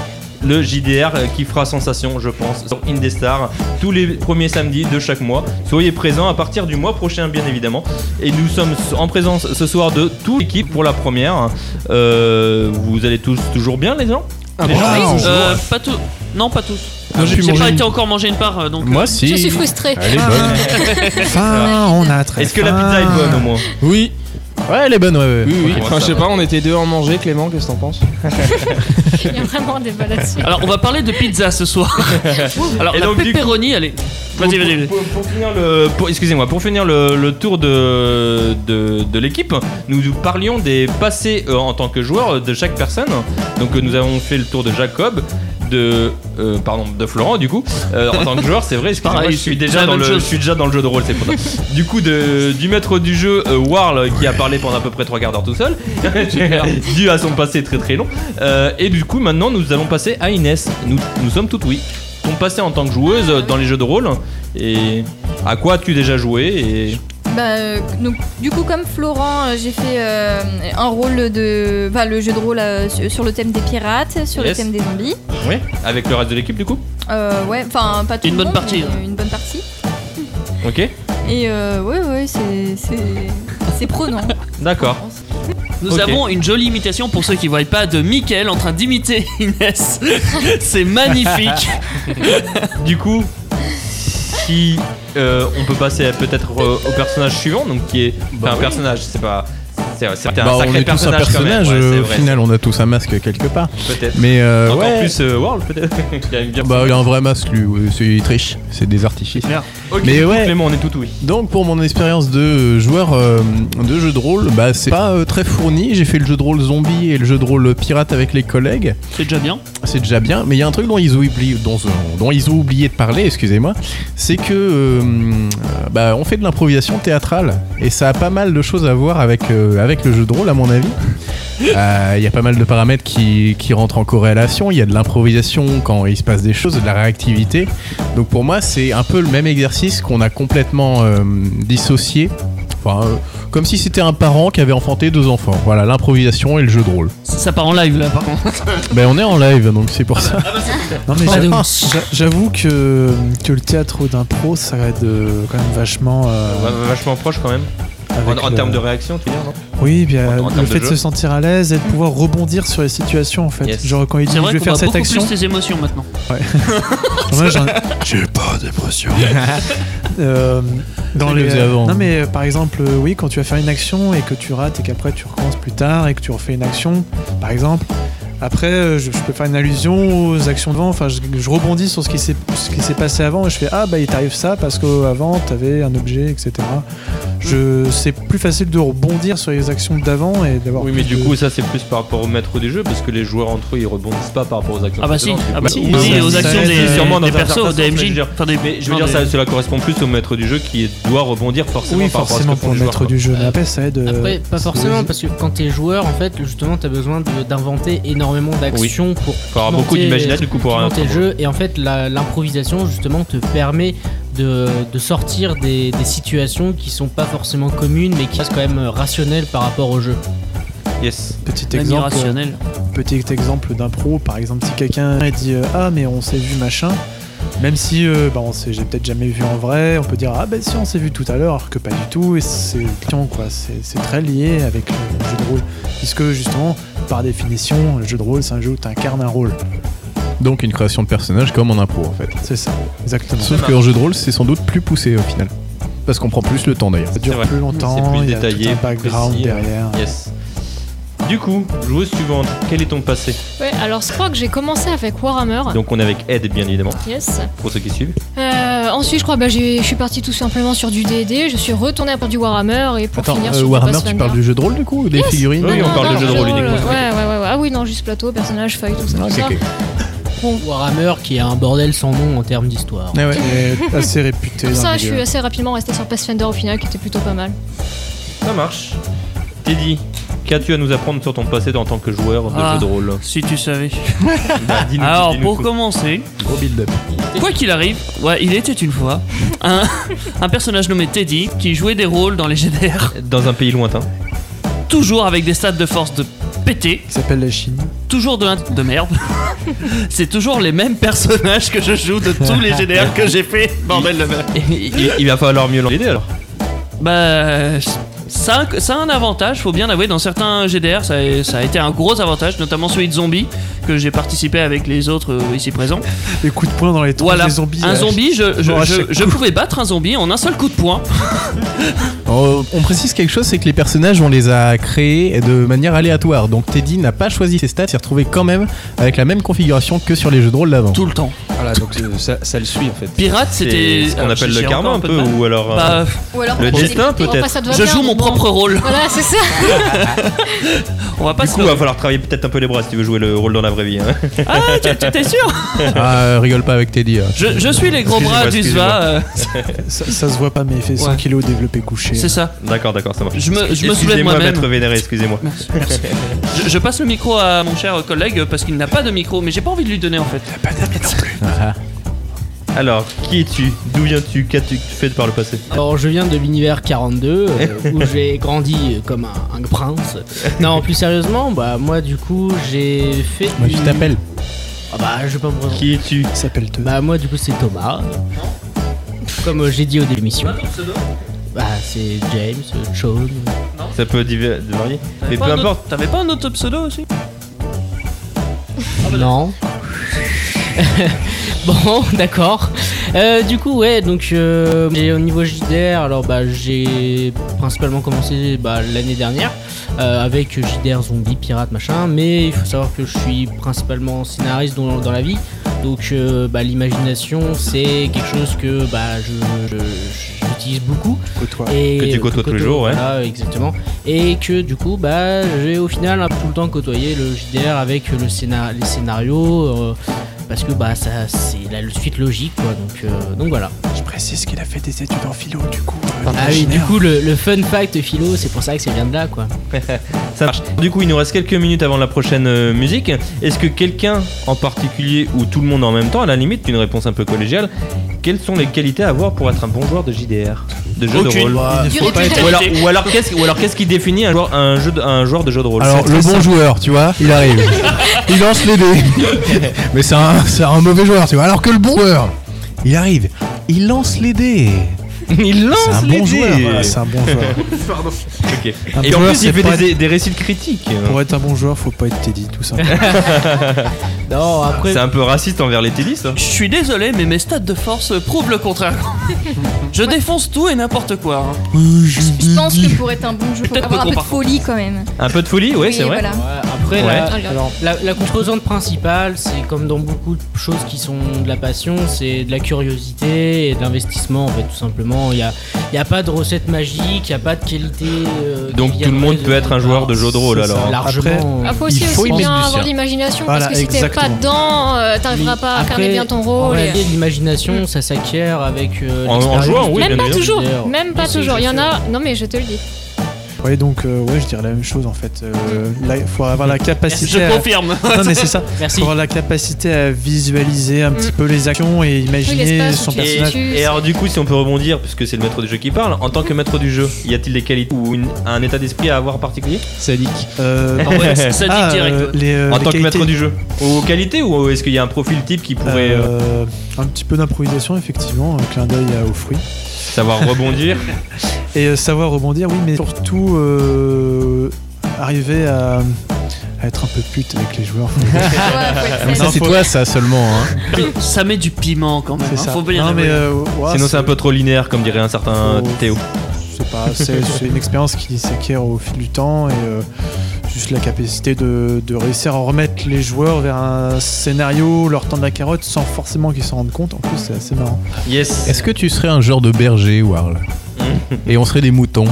S1: Le JDR euh, qui fera sensation, je pense, sur Indestar tous les premiers samedis de chaque mois. Soyez présents à partir du mois prochain, bien évidemment. Et nous sommes en présence ce soir de toute l'équipe pour la première. Euh, vous allez tous toujours bien, les gens
S9: Ah
S1: Les gens
S2: Euh,
S1: sont-
S2: euh, pas tous. Non, pas tous.
S1: Moi, j'ai
S2: j'ai
S1: pu
S2: pas
S1: manger
S2: été
S1: une-
S2: encore manger une part, euh, donc.
S1: Moi,
S2: euh,
S1: si. Je suis frustrée. Elle est bonne.
S3: Faim, on a très
S1: Est-ce que la pizza est bonne au moins
S4: Oui. Ouais, elle est bonne, ouais. ouais.
S9: Oui, oui.
S4: Franchement,
S9: Enfin,
S4: ça
S9: je sais
S4: va.
S9: pas, on était deux à en manger, Clément, qu'est-ce que t'en penses
S6: Il y a vraiment des balades là-dessus.
S2: (laughs) Alors, on va parler de pizza
S9: (laughs)
S2: ce soir. Alors,
S1: Et
S2: la
S1: donc, du
S2: pepperoni, elle est. Vas-y, vas-y, vas-y.
S1: Pour, pour finir le, pour- excusez-moi, pour finir le, le tour de, de, de l'équipe, nous nous parlions des passés euh, en tant que joueur euh, de chaque personne. Donc euh, nous avons fait le tour de Jacob, de euh, pardon, de Florent du coup. Euh, en tant que joueur, c'est vrai, excusez-moi,
S2: Pareil,
S1: je suis
S2: c'est
S1: déjà
S2: la
S1: dans
S2: même
S1: le,
S2: chose.
S1: je suis déjà dans le jeu de rôle, c'est pour ça.
S4: (laughs)
S1: Du coup, de, du maître du jeu euh, Warl qui a parlé pendant à peu près trois quarts d'heure
S4: (laughs)
S1: tout seul, dû à son passé très très long. Euh, et du coup, maintenant, nous allons passer à Inès. Nous, nous sommes toutes oui. Ton passé en tant que joueuse euh, dans les jeux de rôle et à quoi as-tu déjà joué et
S10: Bah, euh, donc, du coup, comme Florent, euh, j'ai fait euh, un rôle de. Enfin, le jeu de rôle euh, sur, sur le thème des pirates, sur
S1: Yes.
S10: le thème des zombies.
S1: oui, avec le reste de l'équipe du coup.
S10: Euh, ouais, enfin, pas tout
S1: Une
S10: le
S1: bonne
S10: monde,
S1: partie,
S10: mais
S1: hein.
S10: Une bonne partie.
S4: (laughs)
S1: Ok,
S10: Et euh, ouais, ouais, c'est. c'est- C'est
S1: (laughs)
S10: prenant.
S1: d'accord.
S2: Nous
S1: Ok.
S2: avons une jolie imitation pour ceux qui ne voient pas de Mickaël en train d'imiter (laughs) Inès. C'est
S1: (laughs)
S2: magnifique.
S1: du coup, si euh, on peut passer à- peut-être euh, au personnage suivant, donc qui est enfin, un personnage, c'est pas. C'est c'est
S4: Bah,
S1: un
S4: on
S1: sacré
S4: est tous un
S1: personnage, quand même.
S4: personnage,
S1: ouais,
S4: euh,
S1: c'est
S4: au
S1: vrai.
S4: final on a tous un masque quelque part.
S1: Peut-être.
S4: Mais euh,
S1: Encore
S4: ouais.
S1: plus euh, World (laughs) peut-être. Il aime bien
S4: Bah, il a un vrai masque lui, ouais, c'est- il triche, c'est des artifices.
S1: Ok,
S4: Mais ouais.
S1: Clément, on est tout oui.
S4: Donc pour mon expérience de euh, joueur euh, de jeu de rôle, bah c'est pas euh, très fourni. J'ai fait le jeu de rôle zombie et le jeu de rôle pirate avec les collègues.
S2: C'est déjà bien.
S4: C'est déjà bien, mais il y a un truc dont ils ont oublié, dont, euh, dont ils ont oublié de parler, excusez-moi, c'est que euh, bah, on fait de l'improvisation théâtrale et ça a pas mal de choses à voir avec, euh, avec le jeu de rôle à mon
S3: (laughs)
S4: avis. Euh, Il y a pas mal de paramètres qui, qui rentrent en corrélation. Il y a de l'improvisation quand il se passe des choses, de la réactivité. Donc pour moi, c'est un peu le même exercice qu'on a complètement euh, dissocié. Enfin, euh, comme si c'était un parent qui avait enfanté deux enfants. Voilà, l'improvisation et le jeu de rôle.
S2: Ça part en live là, par
S1: (laughs)
S2: contre.
S1: Ah,
S2: Bah,
S4: Ben on est en live, donc c'est
S3: (laughs)
S4: pour
S1: bah,
S4: ça.
S3: Non mais
S4: Pas
S3: j'a-
S4: de
S3: j'a- j'avoue que, que le théâtre d'impro ça aide euh, quand même vachement. euh,
S1: Ouais, vachement proche quand même. En,
S3: Avec
S1: en
S3: le-
S1: termes de réaction, tu veux dire, non
S3: Oui, bien
S1: En- en
S3: le
S1: termes
S3: fait
S1: de
S3: de,
S1: jeu.
S3: se sentir à l'aise et de pouvoir rebondir sur les situations en fait. Genre quand il dit
S2: C'est
S3: je
S2: vrai
S3: vais
S2: qu'on va
S3: faire cette
S2: beaucoup
S3: action.
S2: plus
S3: (laughs)
S2: les émotions maintenant. (laughs)
S3: Ouais. Moi, j'en- J'ai pas
S1: (laughs)
S3: d'émotion. Euh, dans
S4: C'est ce que
S3: les
S4: faisait avant.
S3: Non mais euh, par exemple, euh, oui, quand tu vas faire une action et que tu rates et qu'après tu recommences plus tard et que tu refais une action, par exemple. Après, euh, je, je peux faire une allusion aux actions devant. Enfin, je, je rebondis sur ce qui s'est ce qui s'est passé avant et je fais ah bah il t'arrive ça parce qu'avant t'avais un objet, etc. Je c'est plus facile de rebondir sur les actions d'avant et d'avoir.
S1: Oui, mais
S3: plus
S1: du
S3: de-
S1: coup, ça c'est plus par rapport au maître du jeu parce que les joueurs entre eux ils rebondissent pas par rapport aux actions.
S2: Ah bah
S1: précédentes,
S2: si,
S1: du
S2: ah
S1: coup.
S2: bah si, Bah, si, aux actions
S1: si,
S2: des-
S1: sûrement dans
S2: des
S1: un certain
S2: persos,
S1: sens,
S2: des
S1: mais
S2: MJ.
S1: je veux dire-
S2: Enfin, des-
S1: Mais je veux
S2: non,
S1: dire,
S2: des-
S1: ça, cela correspond plus au maître du jeu qui doit rebondir forcément
S3: Oui,
S1: par rapport à ce
S3: forcément
S1: que font
S3: pour
S1: les
S3: le
S1: joueurs,
S3: maître
S1: quoi.
S3: du jeu. Mais après, ça aide. euh,
S7: Après, pas
S3: c'est-
S7: forcément, parce que quand t'es joueur, en fait, justement, t'as besoin de- d'inventer énormément d'actions
S1: Oui.
S7: pour.
S1: Faut avoir beaucoup
S7: pimenter-
S1: d'imagination, du coup, pour
S7: pimenter le
S1: un-
S7: jeu. Et en fait, la- l'improvisation, justement, te permet de, de sortir des, des situations qui sont pas forcément communes, mais qui restent quand même rationnelles par rapport au jeu.
S1: Yes.
S3: Petit
S7: Même
S3: exemple.
S7: irrationnel.
S3: Petit exemple d'impro, par exemple, si quelqu'un dit euh, Ah, mais on s'est vu machin. Même si euh, bah, on s'est, j'ai peut-être jamais vu en vrai, on peut dire Ah, bah si, on s'est vu tout à l'heure, alors que pas du tout. Et c'est tiens, quoi. C'est, c'est très lié avec le jeu de rôle. Puisque justement, par définition, le jeu de rôle, c'est un jeu où tu incarnes un rôle.
S4: Donc une création de personnage comme en impro en fait.
S3: C'est ça, exactement.
S4: Sauf qu'en jeu de rôle, c'est sans doute plus poussé au final. Parce qu'on prend plus le temps d'ailleurs.
S3: Ça dure plus longtemps,
S1: C'est plus
S3: il y a
S1: détaillé,
S3: tout un background
S1: précis,
S3: derrière.
S1: Yes. Du coup, joueuse suivante, quel est ton passé
S6: Ouais, alors je crois que j'ai commencé avec Warhammer.
S1: Donc on est avec Ed, bien évidemment.
S6: Yes.
S1: Pour ceux qui suivent.
S6: Euh, ensuite, je crois, bah, j'ai- je suis parti tout simplement sur du D&D. Je suis retourné pour du Warhammer et pour
S4: Attends,
S6: finir
S4: euh,
S6: sur du
S4: Warhammer, tu
S6: Pathfinder.
S4: parles du jeu de rôle du coup ou Des
S6: Yes.
S4: figurines
S6: Non, non, non, Ouais, ouais, ouais, ouais. Ah oui, non, juste plateau, personnage, feuille, tout ça.
S7: Ah,
S6: tout
S7: ok,
S6: ça.
S7: ok. (laughs) Warhammer, qui est un bordel sans nom en termes d'histoire.
S3: Eh
S4: Ah ouais.
S3: Et assez réputé.
S6: Pour
S3: dans
S6: ça,
S3: le
S6: je suis
S3: milieu.
S6: assez rapidement resté sur Pathfinder au final, qui était plutôt pas mal.
S1: Ça marche. Teddy, qu'as-tu à nous apprendre sur ton passé en tant que joueur de
S2: Ah,
S1: jeu de rôle
S2: Si tu
S1: (laughs)
S2: savais.
S1: Bah, dis-nous tout,
S2: Alors,
S1: dis-nous
S2: pour
S1: tout.
S2: commencer,
S4: Gros build-up.
S2: Quoi qu'il arrive, ouais, il était une fois un, (laughs) un personnage nommé Teddy qui jouait des rôles dans les GDR,
S1: Dans un pays lointain.
S2: toujours avec des stats de force de pété.
S3: Qui s'appelle la Chine.
S2: Toujours de, l'int- de merde. (laughs) c'est toujours les mêmes personnages que je joue de tous les GDR que j'ai fait. Bordel de merde.
S1: Il, il va falloir mieux l'aider alors.
S2: Ah, Bah. Ça, a- ça a un avantage, faut bien l'avouer. Dans certains GDR, ça a, ça a été un gros avantage, notamment celui de zombie, que j'ai participé avec les autres euh, ici présents.
S3: Les coups de poing dans les troncs
S2: Voilà,
S3: des zombies.
S2: un
S3: euh,
S2: zombie, je, je-
S3: bon, à
S2: je-
S3: chaque
S2: je pouvais battre un zombie en un seul coup de poing.
S4: Euh, on précise quelque chose, c'est que les personnages, on les a créés de manière aléatoire. Donc Teddy n'a pas choisi ses stats, il s'est retrouvé quand même avec la même configuration que sur les jeux de rôle d'avant.
S2: Tout le temps.
S9: Voilà, donc euh,
S1: Bah,
S9: ça, ça le suit en fait.
S2: Pirate, c'était. Ah,
S1: C'est ce qu'on
S2: alors,
S1: appelle
S2: j'ai
S1: le karma
S2: encore
S1: un
S2: de
S1: peu,
S2: mal.
S1: ou alors, euh,
S2: Bah,
S1: Ou alors, le destin, peut-être.
S6: Enfin, Oh, bah, ça doit
S2: Je
S6: bien,
S2: joue
S12: (laughs)
S2: mon
S6: bon.
S2: propre rôle.
S6: Voilà, c'est ça.
S2: On va pas
S1: du coup, va falloir travailler peut-être un peu les bras si tu veux jouer le rôle dans la vraie vie. hein.
S2: Ah, tu tu- t'es
S1: (laughs)
S2: sûr
S4: Ah, euh, rigole pas avec Teddy. hein.
S2: je, je suis les gros
S1: Excusez-moi,
S2: bras du
S1: excusez-moi.
S2: SVA.
S3: Ça, ça se voit pas, mais il fait 100
S2: euh. Ouais.
S3: kilos développé couché.
S2: C'est ça.
S1: D'accord, d'accord, ça marche.
S2: Je me- je me soulève
S1: Excusez-moi,
S2: moi-même.
S1: maître vénéré, excusez-moi.
S2: Je, je passe le micro à mon cher collègue parce qu'il n'a pas de micro, mais j'ai pas envie de lui donner en fait.
S1: Alors, qui es-tu D'où viens-tu Qu'as-tu fait par le passé
S7: (laughs) Alors, je viens de l'univers 42,
S1: (laughs)
S7: euh, où j'ai grandi comme un, un prince. Non, plus sérieusement, bah moi du coup j'ai fait.
S4: Moi, tu
S7: une-
S4: t'appelles.
S7: Ah bah je vais pas me présenter.
S1: Qui es-tu
S3: Il s'appelle Te.
S7: Bah moi du coup c'est Thomas. Comme euh, j'ai dit au début de l'émission. Bah c'est James, euh, Sean.
S1: Ça peut diver- varier. Mais peu
S2: Pas un autre-
S1: importe.
S2: T'avais pas un autre
S3: (laughs)
S2: pseudo aussi
S7: non. (laughs) bon, d'accord. Euh, du coup, ouais, donc euh, et au niveau JDR, alors bah j'ai principalement commencé bah, l'année dernière euh, avec JDR zombie, pirate, machin. Mais il faut savoir que je suis principalement scénariste dans, dans la vie, donc euh, bah, l'imagination c'est quelque chose que bah je- je- j'utilise beaucoup.
S3: Côtoie.
S7: Et
S1: Que tu
S7: euh,
S1: côtoies tous
S7: côtoie,
S1: les jours, ouais.
S7: voilà, exactement. Et que du coup, bah, j'ai au final un peu tout le temps côtoyé le JDR avec le scénar les scénarios, euh, parce que bah, ça, c'est la suite logique, quoi. Donc, euh, donc voilà.
S3: Je précise qu'il a fait des études en philo, du coup. euh,
S7: Ah oui, du
S3: l'imaginaire.
S7: coup, le, le fun fact philo, c'est pour ça que ça vient de là, quoi.
S1: Ça marche. Du coup, il nous reste quelques minutes avant la prochaine euh, musique. Est-ce que quelqu'un en particulier ou tout le monde en même temps, à la limite, une réponse un peu collégiale, quelles sont les qualités à avoir pour être un bon joueur de JDR De jeu
S2: Aucune.
S1: de rôle
S10: Durée de vie.
S1: Ou alors, ou alors qu'est-ce ou alors qu'est-ce qui définit un joueur, un, jeu de, un joueur de jeu de rôle
S4: Alors,
S1: C'est
S4: le bon
S1: très simple.
S4: joueur, tu vois, il arrive. il lance les dés. (laughs) Mais c'est un, c'est un mauvais joueur, tu vois. Alors que le bon joueur, il arrive. Il lance les dés.
S1: il
S4: C'est
S1: lance
S4: un
S1: les
S4: bon joueur.
S1: dés.
S4: voilà, c'est un bon joueur.
S1: Ok.
S3: Un
S1: Et
S3: bon joueur,
S1: en plus, il
S3: Ah, c'est
S1: fait
S3: pas
S1: des, des récits de critiques.
S3: Pour être un bon joueur, faut pas être Teddy, tout
S1: (laughs)
S3: simplement.
S7: Non, après,
S1: C'est un peu raciste envers les télis, ça.
S2: Je suis désolé, mais mes stats de force euh, prouvent le contraire. Je défonce tout et n'importe quoi. hein.
S3: (laughs)
S10: Je pense que pour être un bon jeu, faut
S2: Peut-être
S10: avoir
S2: que
S10: un peu de
S2: par contre.
S10: folie quand même.
S1: Un peu de folie, ouais,
S10: Oui,
S1: c'est vrai.
S10: voilà.
S7: Ouais, après,
S1: Ouais.
S10: Oh,
S7: La, alors, la- la composante principale, c'est comme dans beaucoup de choses qui sont de la passion, c'est de la curiosité et de l'investissement, en fait, tout simplement. Il n'y a, il y a pas de recette magique, il n'y a pas de qualité. euh,
S1: Donc,
S7: qui
S1: tout le monde
S7: viendrait
S1: peut être un joueur de jeu de rôle,
S7: C'est ça,
S1: alors.
S7: Largement.
S6: Ah, faut
S4: Il
S6: aussi,
S4: faut y
S6: aussi bien
S4: mettre du
S6: avoir
S4: sien.
S6: de l'imagination
S3: Voilà,
S6: parce que si t'es pas
S3: exactement.
S6: dedans, euh, t'arriveras pas à
S7: Après,
S6: incarner bien ton
S7: en
S6: rôle. et-
S7: réalité, L'imagination, ça s'acquiert avec. euh,
S1: En- en
S7: l'expérience
S1: jouant,
S7: du
S1: oui,
S6: Même
S7: jeu
S1: bien
S6: pas
S1: évidemment.
S6: toujours,
S7: d'ailleurs.
S6: même pas
S7: Si, si,
S6: toujours. Il y
S7: bien
S6: en
S7: sûr.
S6: a, non mais je te le dis.
S3: ouais, donc, euh, ouais, je dirais la même chose en fait. Euh, là, il faut avoir la capacité.
S2: Je
S3: à-
S2: confirme.
S3: Non, mais c'est
S1: (laughs)
S3: ça.
S7: Merci.
S3: Faut avoir la capacité à visualiser un petit peu les actions et imaginer
S6: l'espace où
S3: son
S6: tu-
S1: Et,
S3: personnage.
S1: et alors du coup, si on peut rebondir, puisque c'est le maître du jeu qui parle, en tant que maître du jeu, y a-t-il des qualités ou une- un état d'esprit à avoir particulier
S9: Sadique.
S3: Euh,
S2: Ah ouais, ça dit
S3: ah,
S2: direct.
S3: euh, les, euh,
S1: En
S3: les
S1: tant que maître
S3: qualités.
S1: du jeu Aux qualités ou est-ce qu'il y a un profil type qui pourrait euh,
S3: Euh, un petit peu d'improvisation, effectivement, un clin d'œil à- aux fruits.
S1: savoir rebondir
S3: (laughs) Et euh, savoir rebondir, oui, mais surtout euh, arriver à, à être un peu pute avec les joueurs.
S4: Mais ça,
S3: Non,
S4: c'est
S3: faut-
S4: toi, ça seulement. hein.
S2: Ça met du piment quand même.
S3: c'est
S2: hein,
S3: ça.
S2: Faut bien
S3: Non, mais,
S2: l'avouer.
S3: euh, ouah,
S1: Sinon c'est un peu trop linéaire comme dirait un certain
S3: Faut-
S1: Théo.
S3: c'est pas- Ah, c'est- c'est
S1: (laughs)
S3: une expérience qui s'acquiert au fil du temps et euh, juste la capacité de, de réussir à remettre les joueurs vers un scénario, leur tendre la carotte sans forcément qu'ils s'en rendent compte. En plus, c'est assez marrant.
S1: Yes Hmm.
S4: Est-ce que tu serais un genre de berger, Warl Et on serait des moutons.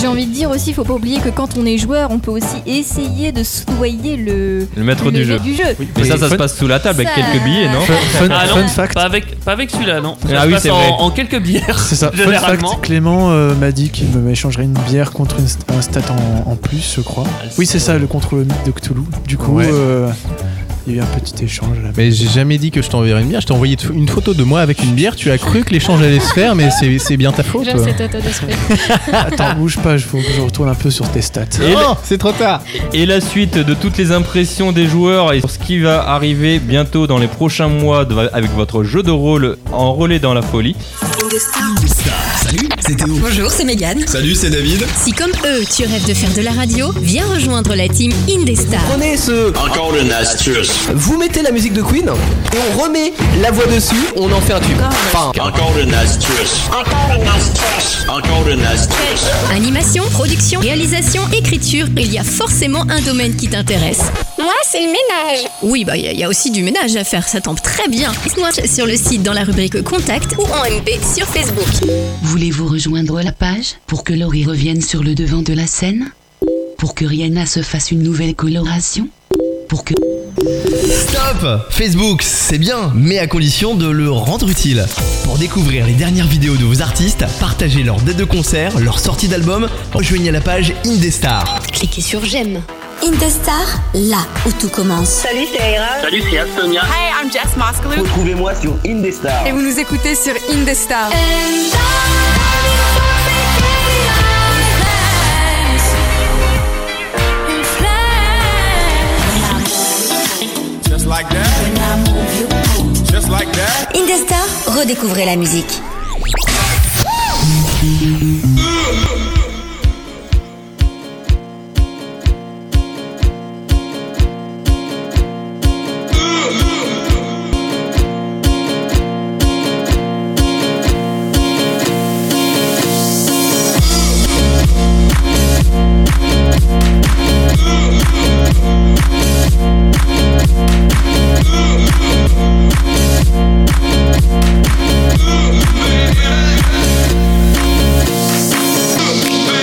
S10: J'ai envie de dire aussi, faut pas oublier que quand on est joueur, on peut aussi essayer de soudoyer le,
S1: Le maître
S10: le
S1: du jeu.
S10: du jeu.
S1: Mais ça, ça se
S3: Fun-
S1: passe sous la table avec
S10: Ça-
S1: quelques billets, non
S3: Fun,
S2: Ah bah, non,
S3: fun fact.
S2: Pas avec, pas avec celui-là, non.
S1: Ah
S2: se
S1: oui,
S2: passe
S1: c'est
S2: en,
S1: vrai.
S2: en quelques bières.
S3: C'est ça. Fun fact,
S2: Généralement.
S3: Clément euh, m'a dit qu'il me m'échangerait une bière contre une st- un stat en, en plus, je crois. Oui, c'est ça, le contre le mythe de Cthulhu. Du coup,
S4: Ouais.
S3: euh, Il y a eu un petit échange là.
S4: Mais j'ai jamais dit que je t'enverrais une bière. Je t'ai envoyé une photo de moi avec une bière. Tu as cru que l'échange allait se faire, mais c'est c'est bien ta faute.
S6: J'aime cet état
S7: (laughs)
S6: d'esprit.
S1: Ah.
S3: Attends, bouge pas, je faut que je retourne un peu sur tes stats.
S4: Oh, c'est trop tard.
S1: Et la suite de toutes les impressions des joueurs et sur ce qui va arriver bientôt dans les prochains mois de- avec votre jeu de rôle enrôlé dans la folie.
S12: Salut, c'est Théo.
S13: Bonjour, c'est Mégane.
S12: Salut, c'est David.
S13: Si comme eux, tu rêves de faire de la radio, viens rejoindre la team Indestar.
S8: Prenez ce.
S12: Encore une astuce.
S8: Vous mettez la musique de Queen et on remet la voix dessus, on en fait un tube. Bam.
S12: Encore une astuce. Encore une astuce. Encore une astuce.
S13: Animation, production, réalisation, écriture, il y a forcément un domaine qui t'intéresse. Moi, c'est le ménage. Oui, bah il y a- il y, a aussi du ménage à faire, ça tombe très bien. Moi, sur le site dans la rubrique Contact ou en MP sur Facebook.
S14: Voulez-vous rejoindre la page pour que Laurie revienne sur le devant de la scène Pour que Rihanna se fasse une nouvelle coloration Pour que...
S12: Stop Facebook, c'est bien, mais à condition de le rendre utile. Pour découvrir les dernières vidéos de vos artistes, partagez leurs dates de concert, leurs sorties d'albums, rejoignez la page Indestar.
S13: Cliquez sur j'aime. Indestar, là où tout commence. Salut, c'est
S12: Salut, c'est Astonia.
S15: Hey, I'm Jess Moskalou.
S12: Retrouvez-moi sur Indestar.
S15: Et vous nous écoutez sur Indestar.
S12: Just like that. Just like that.
S13: Indestar, redécouvrez la musique.
S8: Thank you.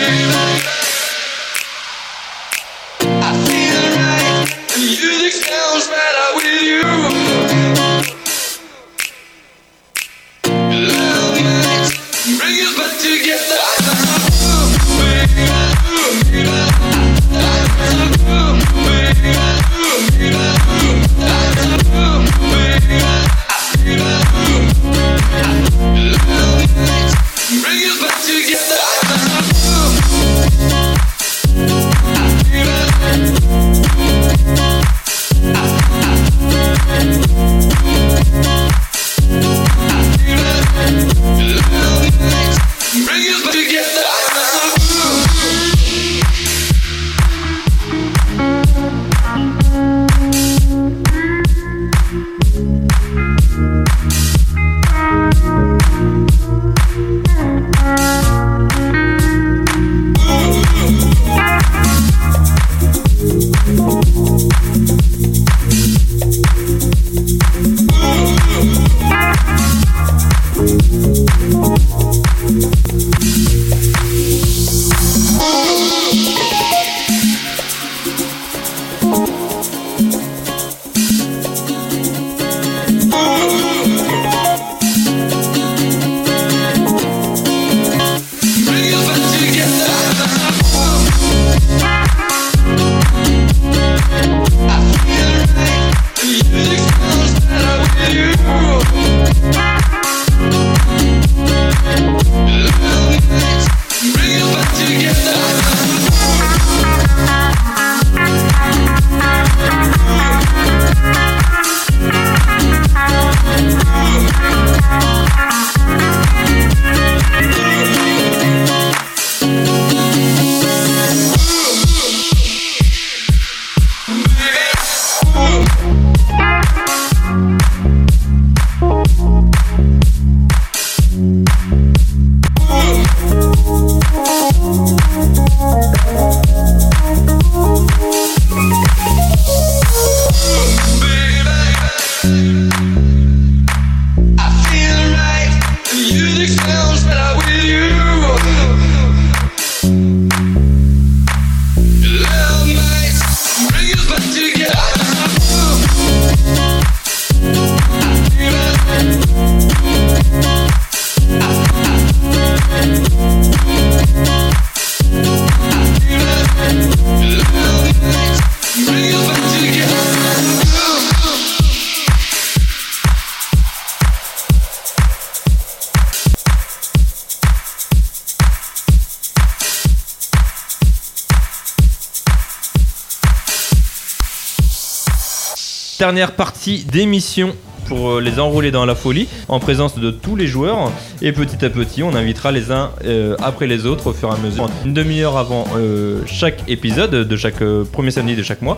S1: Dernière partie d'émission pour euh, les enrouler dans la folie en présence de tous les joueurs et petit à petit on invitera les uns euh, après les autres au fur et à mesure une demi-heure avant euh, chaque épisode de chaque euh, premier samedi de chaque mois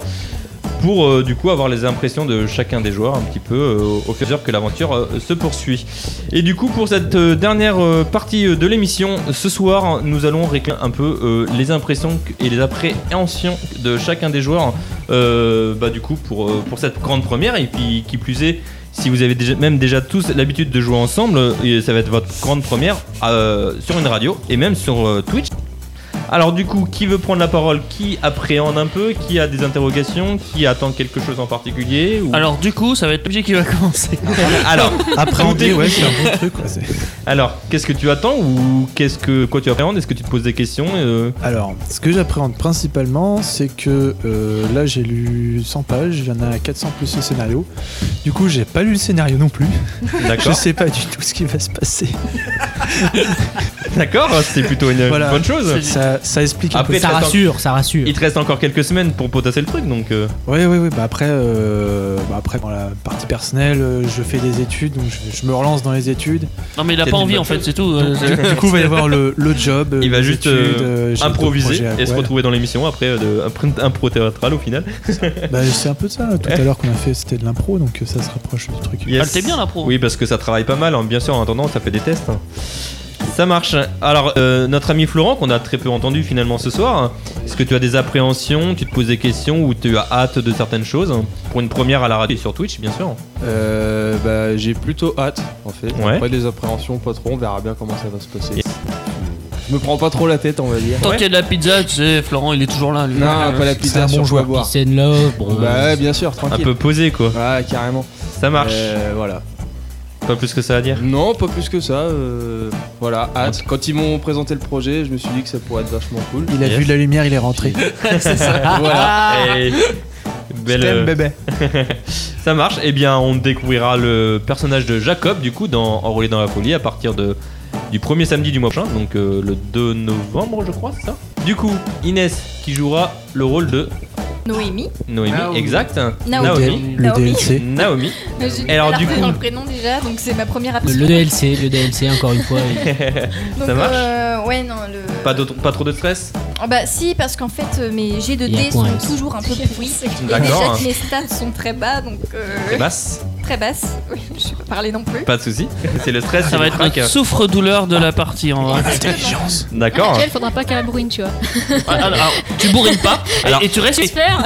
S1: pour euh, du coup avoir les impressions de chacun des joueurs un petit peu euh, au fur et à mesure que l'aventure euh, se poursuit. Et du coup pour cette euh, dernière euh, partie euh, de l'émission, ce soir nous allons réclamer un peu euh, les impressions que- et les appréhensions de chacun des joueurs euh, bah, du coup pour, euh, pour cette grande première et puis qui plus est si vous avez déjà, même déjà tous l'habitude de jouer ensemble, euh, et ça va être votre grande première euh, sur une radio et même sur euh, Twitch. Alors du coup, qui veut prendre la parole Qui appréhende un peu Qui a des interrogations Qui attend quelque chose en particulier ou-
S2: Alors du coup, ça va être l'objet qui va commencer.
S1: (laughs) Alors,
S2: Appréhender,
S1: tout (laughs)
S2: ouais,
S1: écouté.
S2: c'est un bon truc,
S1: Alors, qu'est-ce que tu attends ou qu'est-ce que quoi tu appréhendes Est-ce que tu te poses des questions euh
S3: Alors, ce que j'appréhende principalement, c'est que euh, là j'ai lu 100 pages, il y en a 400 plus le scénario. Du coup, j'ai pas lu le scénario non plus.
S1: D'accord.
S3: (laughs) Je sais pas du tout ce qui va se passer.
S1: D'accord, c'est plutôt une
S3: Voilà.
S1: bonne chose.
S3: Ça- ça explique un
S1: Après,
S3: peu.
S1: il te
S3: Ça
S1: reste en-
S3: rassure, ça rassure.
S1: Il te reste encore quelques semaines pour potasser le truc, donc. euh,
S3: Ouais, ouais, ouais. Bah après, euh, bah après, dans la partie personnelle, euh, je fais des études, donc je, je me relance dans les études.
S2: Non, mais il a
S3: C'est
S2: pas
S3: une
S2: envie,
S3: bonne
S2: en fait,
S3: chose.
S2: c'est tout.
S3: Donc,
S2: Euh,
S3: du, du coup, il va y avoir le, le job.
S1: Il va
S3: les
S1: juste euh,
S3: études, euh, j'ai d'autres
S1: improviser
S3: projets à-
S1: et se
S3: ouais.
S1: retrouver dans l'émission après euh, de, un print- impro théâtral au final.
S3: (laughs) Bah, c'est un peu de ça. Tout à l'heure qu'on a fait, c'était de l'impro, donc euh, ça se rapproche du truc.
S1: Yes. Oui, parce que ça travaille pas mal. hein. Bien sûr, en attendant, ça fait des tests. hein. Ça marche. Alors, euh, notre ami Florent, qu'on a très peu entendu finalement ce soir, est-ce que tu as des appréhensions, tu te poses des questions ou tu as hâte de certaines choses hein, Pour une première à la radio et sur Twitch, bien sûr.
S9: Euh, bah, j'ai plutôt hâte en fait.
S1: Ouais.
S9: Après les appréhensions, pas trop, on verra bien comment ça va se passer. Je me prends pas trop la tête, on va dire.
S2: Tant qu'il y a de la pizza, tu sais, Florent, il est toujours là. lui.
S9: Non, pas la pizza, sur quoi boire. Bah ouais, bien sûr,
S1: Un
S9: tranquille.
S1: peu posé quoi.
S9: Ouais, carrément. Euh,
S1: Ça marche.
S9: voilà.
S1: Pas plus que ça à dire
S9: Non, pas plus que ça. euh, voilà, hâte. Quand ils m'ont présenté le projet, je me suis dit que ça pourrait être vachement cool.
S3: Il a vu de la lumière, il est rentré.
S9: (laughs)
S1: (laughs)
S9: C'est ça.
S1: voilà. Et
S9: Je t'aime,
S1: euh,
S9: bébé.
S1: (laughs) Ça marche. Eh bien, on découvrira le personnage de Jacob, du coup, dans Enrôlé dans la folie, à partir de, du premier samedi du mois prochain, donc euh, le 2 novembre, je crois, c'est ça Du coup, Inès, qui jouera le rôle de
S10: Noémie.
S1: Noémie,
S10: Naomi.
S1: exact.
S10: Naomi. Le
S1: Naomi.
S10: DLC.
S1: Naomi.
S10: Mais j'ai
S1: Et alors,
S10: pas
S1: du
S10: la
S1: coup-
S10: dans le prénom déjà, donc c'est ma première
S7: Le,
S10: apparition.
S7: le DLC, le DLC, encore une
S1: (laughs)
S7: fois.
S10: Donc,
S1: Ça marche
S10: euh, Ouais, non, le.
S1: pas, d'autre- pas trop de stress
S10: Ah bah si, parce qu'en fait euh, mes G de
S1: Il y a
S10: D
S1: quoi,
S10: sont
S1: hein,
S10: toujours un peu pourris. Et
S1: D'accord.
S10: déjà que mes stats sont très bas, donc. euh,
S1: Très basse.
S10: Très basses, oui, je sais pas parler non plus.
S1: Pas de soucis. C'est le stress.
S2: Ça va être un souffre-douleur de la partie en vrai.
S1: Intelligence.
S6: Ah,
S1: D'accord.
S6: tu vois, il faudra pas qu'elle bourrine, tu vois.
S2: Ah,
S6: (laughs)
S1: Ah,
S2: Alors, tu bourrines pas
S1: Alors-
S2: et tu restes.
S6: J'espère.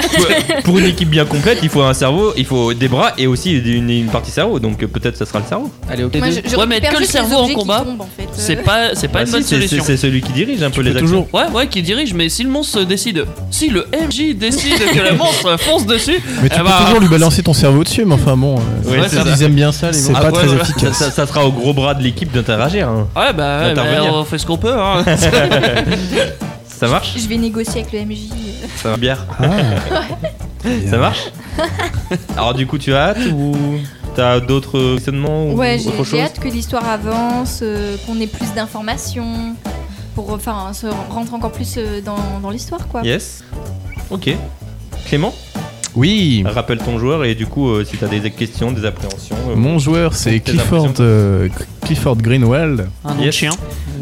S1: Pour une équipe bien complète, il faut un cerveau, il faut des bras et aussi une, une partie cerveau. Donc euh, peut-être ça sera le cerveau. Allez, ok.
S10: Moi, je- je
S2: ouais, mais
S10: récupère
S2: que le
S10: juste les
S2: cerveau en
S10: objets qui
S2: combat,
S10: tombent, en fait.
S2: c'est pas, c'est pas
S1: Bah
S2: une
S1: si,
S2: bonne
S1: c'est-
S2: solution.
S1: c'est- c'est celui qui dirige un peu les actions.
S2: Ouais, ouais, qui dirige, mais si le monstre se décide, si le MJ décide que
S1: (laughs)
S2: le monstre fonce dessus,
S4: Mais tu
S2: eh
S4: peux
S2: bah,
S4: toujours lui balancer ton cerveau dessus, mais enfin bon, euh,
S1: Ouais,
S4: c'est ça, ils aiment bien ça. les gens.
S1: Ah, ouais, voilà. Ça, ça sera au gros bras de l'équipe d'interagir. hein.
S2: Ouais, bah, ouais, bah,
S1: D'intervenir.
S2: on fait ce qu'on peut. Hein.
S1: (laughs) ça marche
S10: Je vais négocier avec le
S1: (laughs)
S10: MJ. euh.
S1: Ça va bien.
S4: Ah,
S1: ça
S10: Bien.
S1: marche Alors du coup, tu as hâte ou t'as d'autres questionnements ou
S10: Ouais, j'ai
S1: autre chose
S10: j'ai hâte que l'histoire avance, euh, qu'on ait plus d'informations, pour euh, enfin se rentre encore plus euh, dans, dans l'histoire quoi.
S1: Yes. Ok. Clément
S4: Oui.
S1: Rappelle ton joueur et du coup, euh, si t'as des questions, des appréhensions. euh,
S4: Mon joueur, c'est
S1: tes
S4: Clifford, euh, Clifford Greenwald.
S2: Un nom de chien.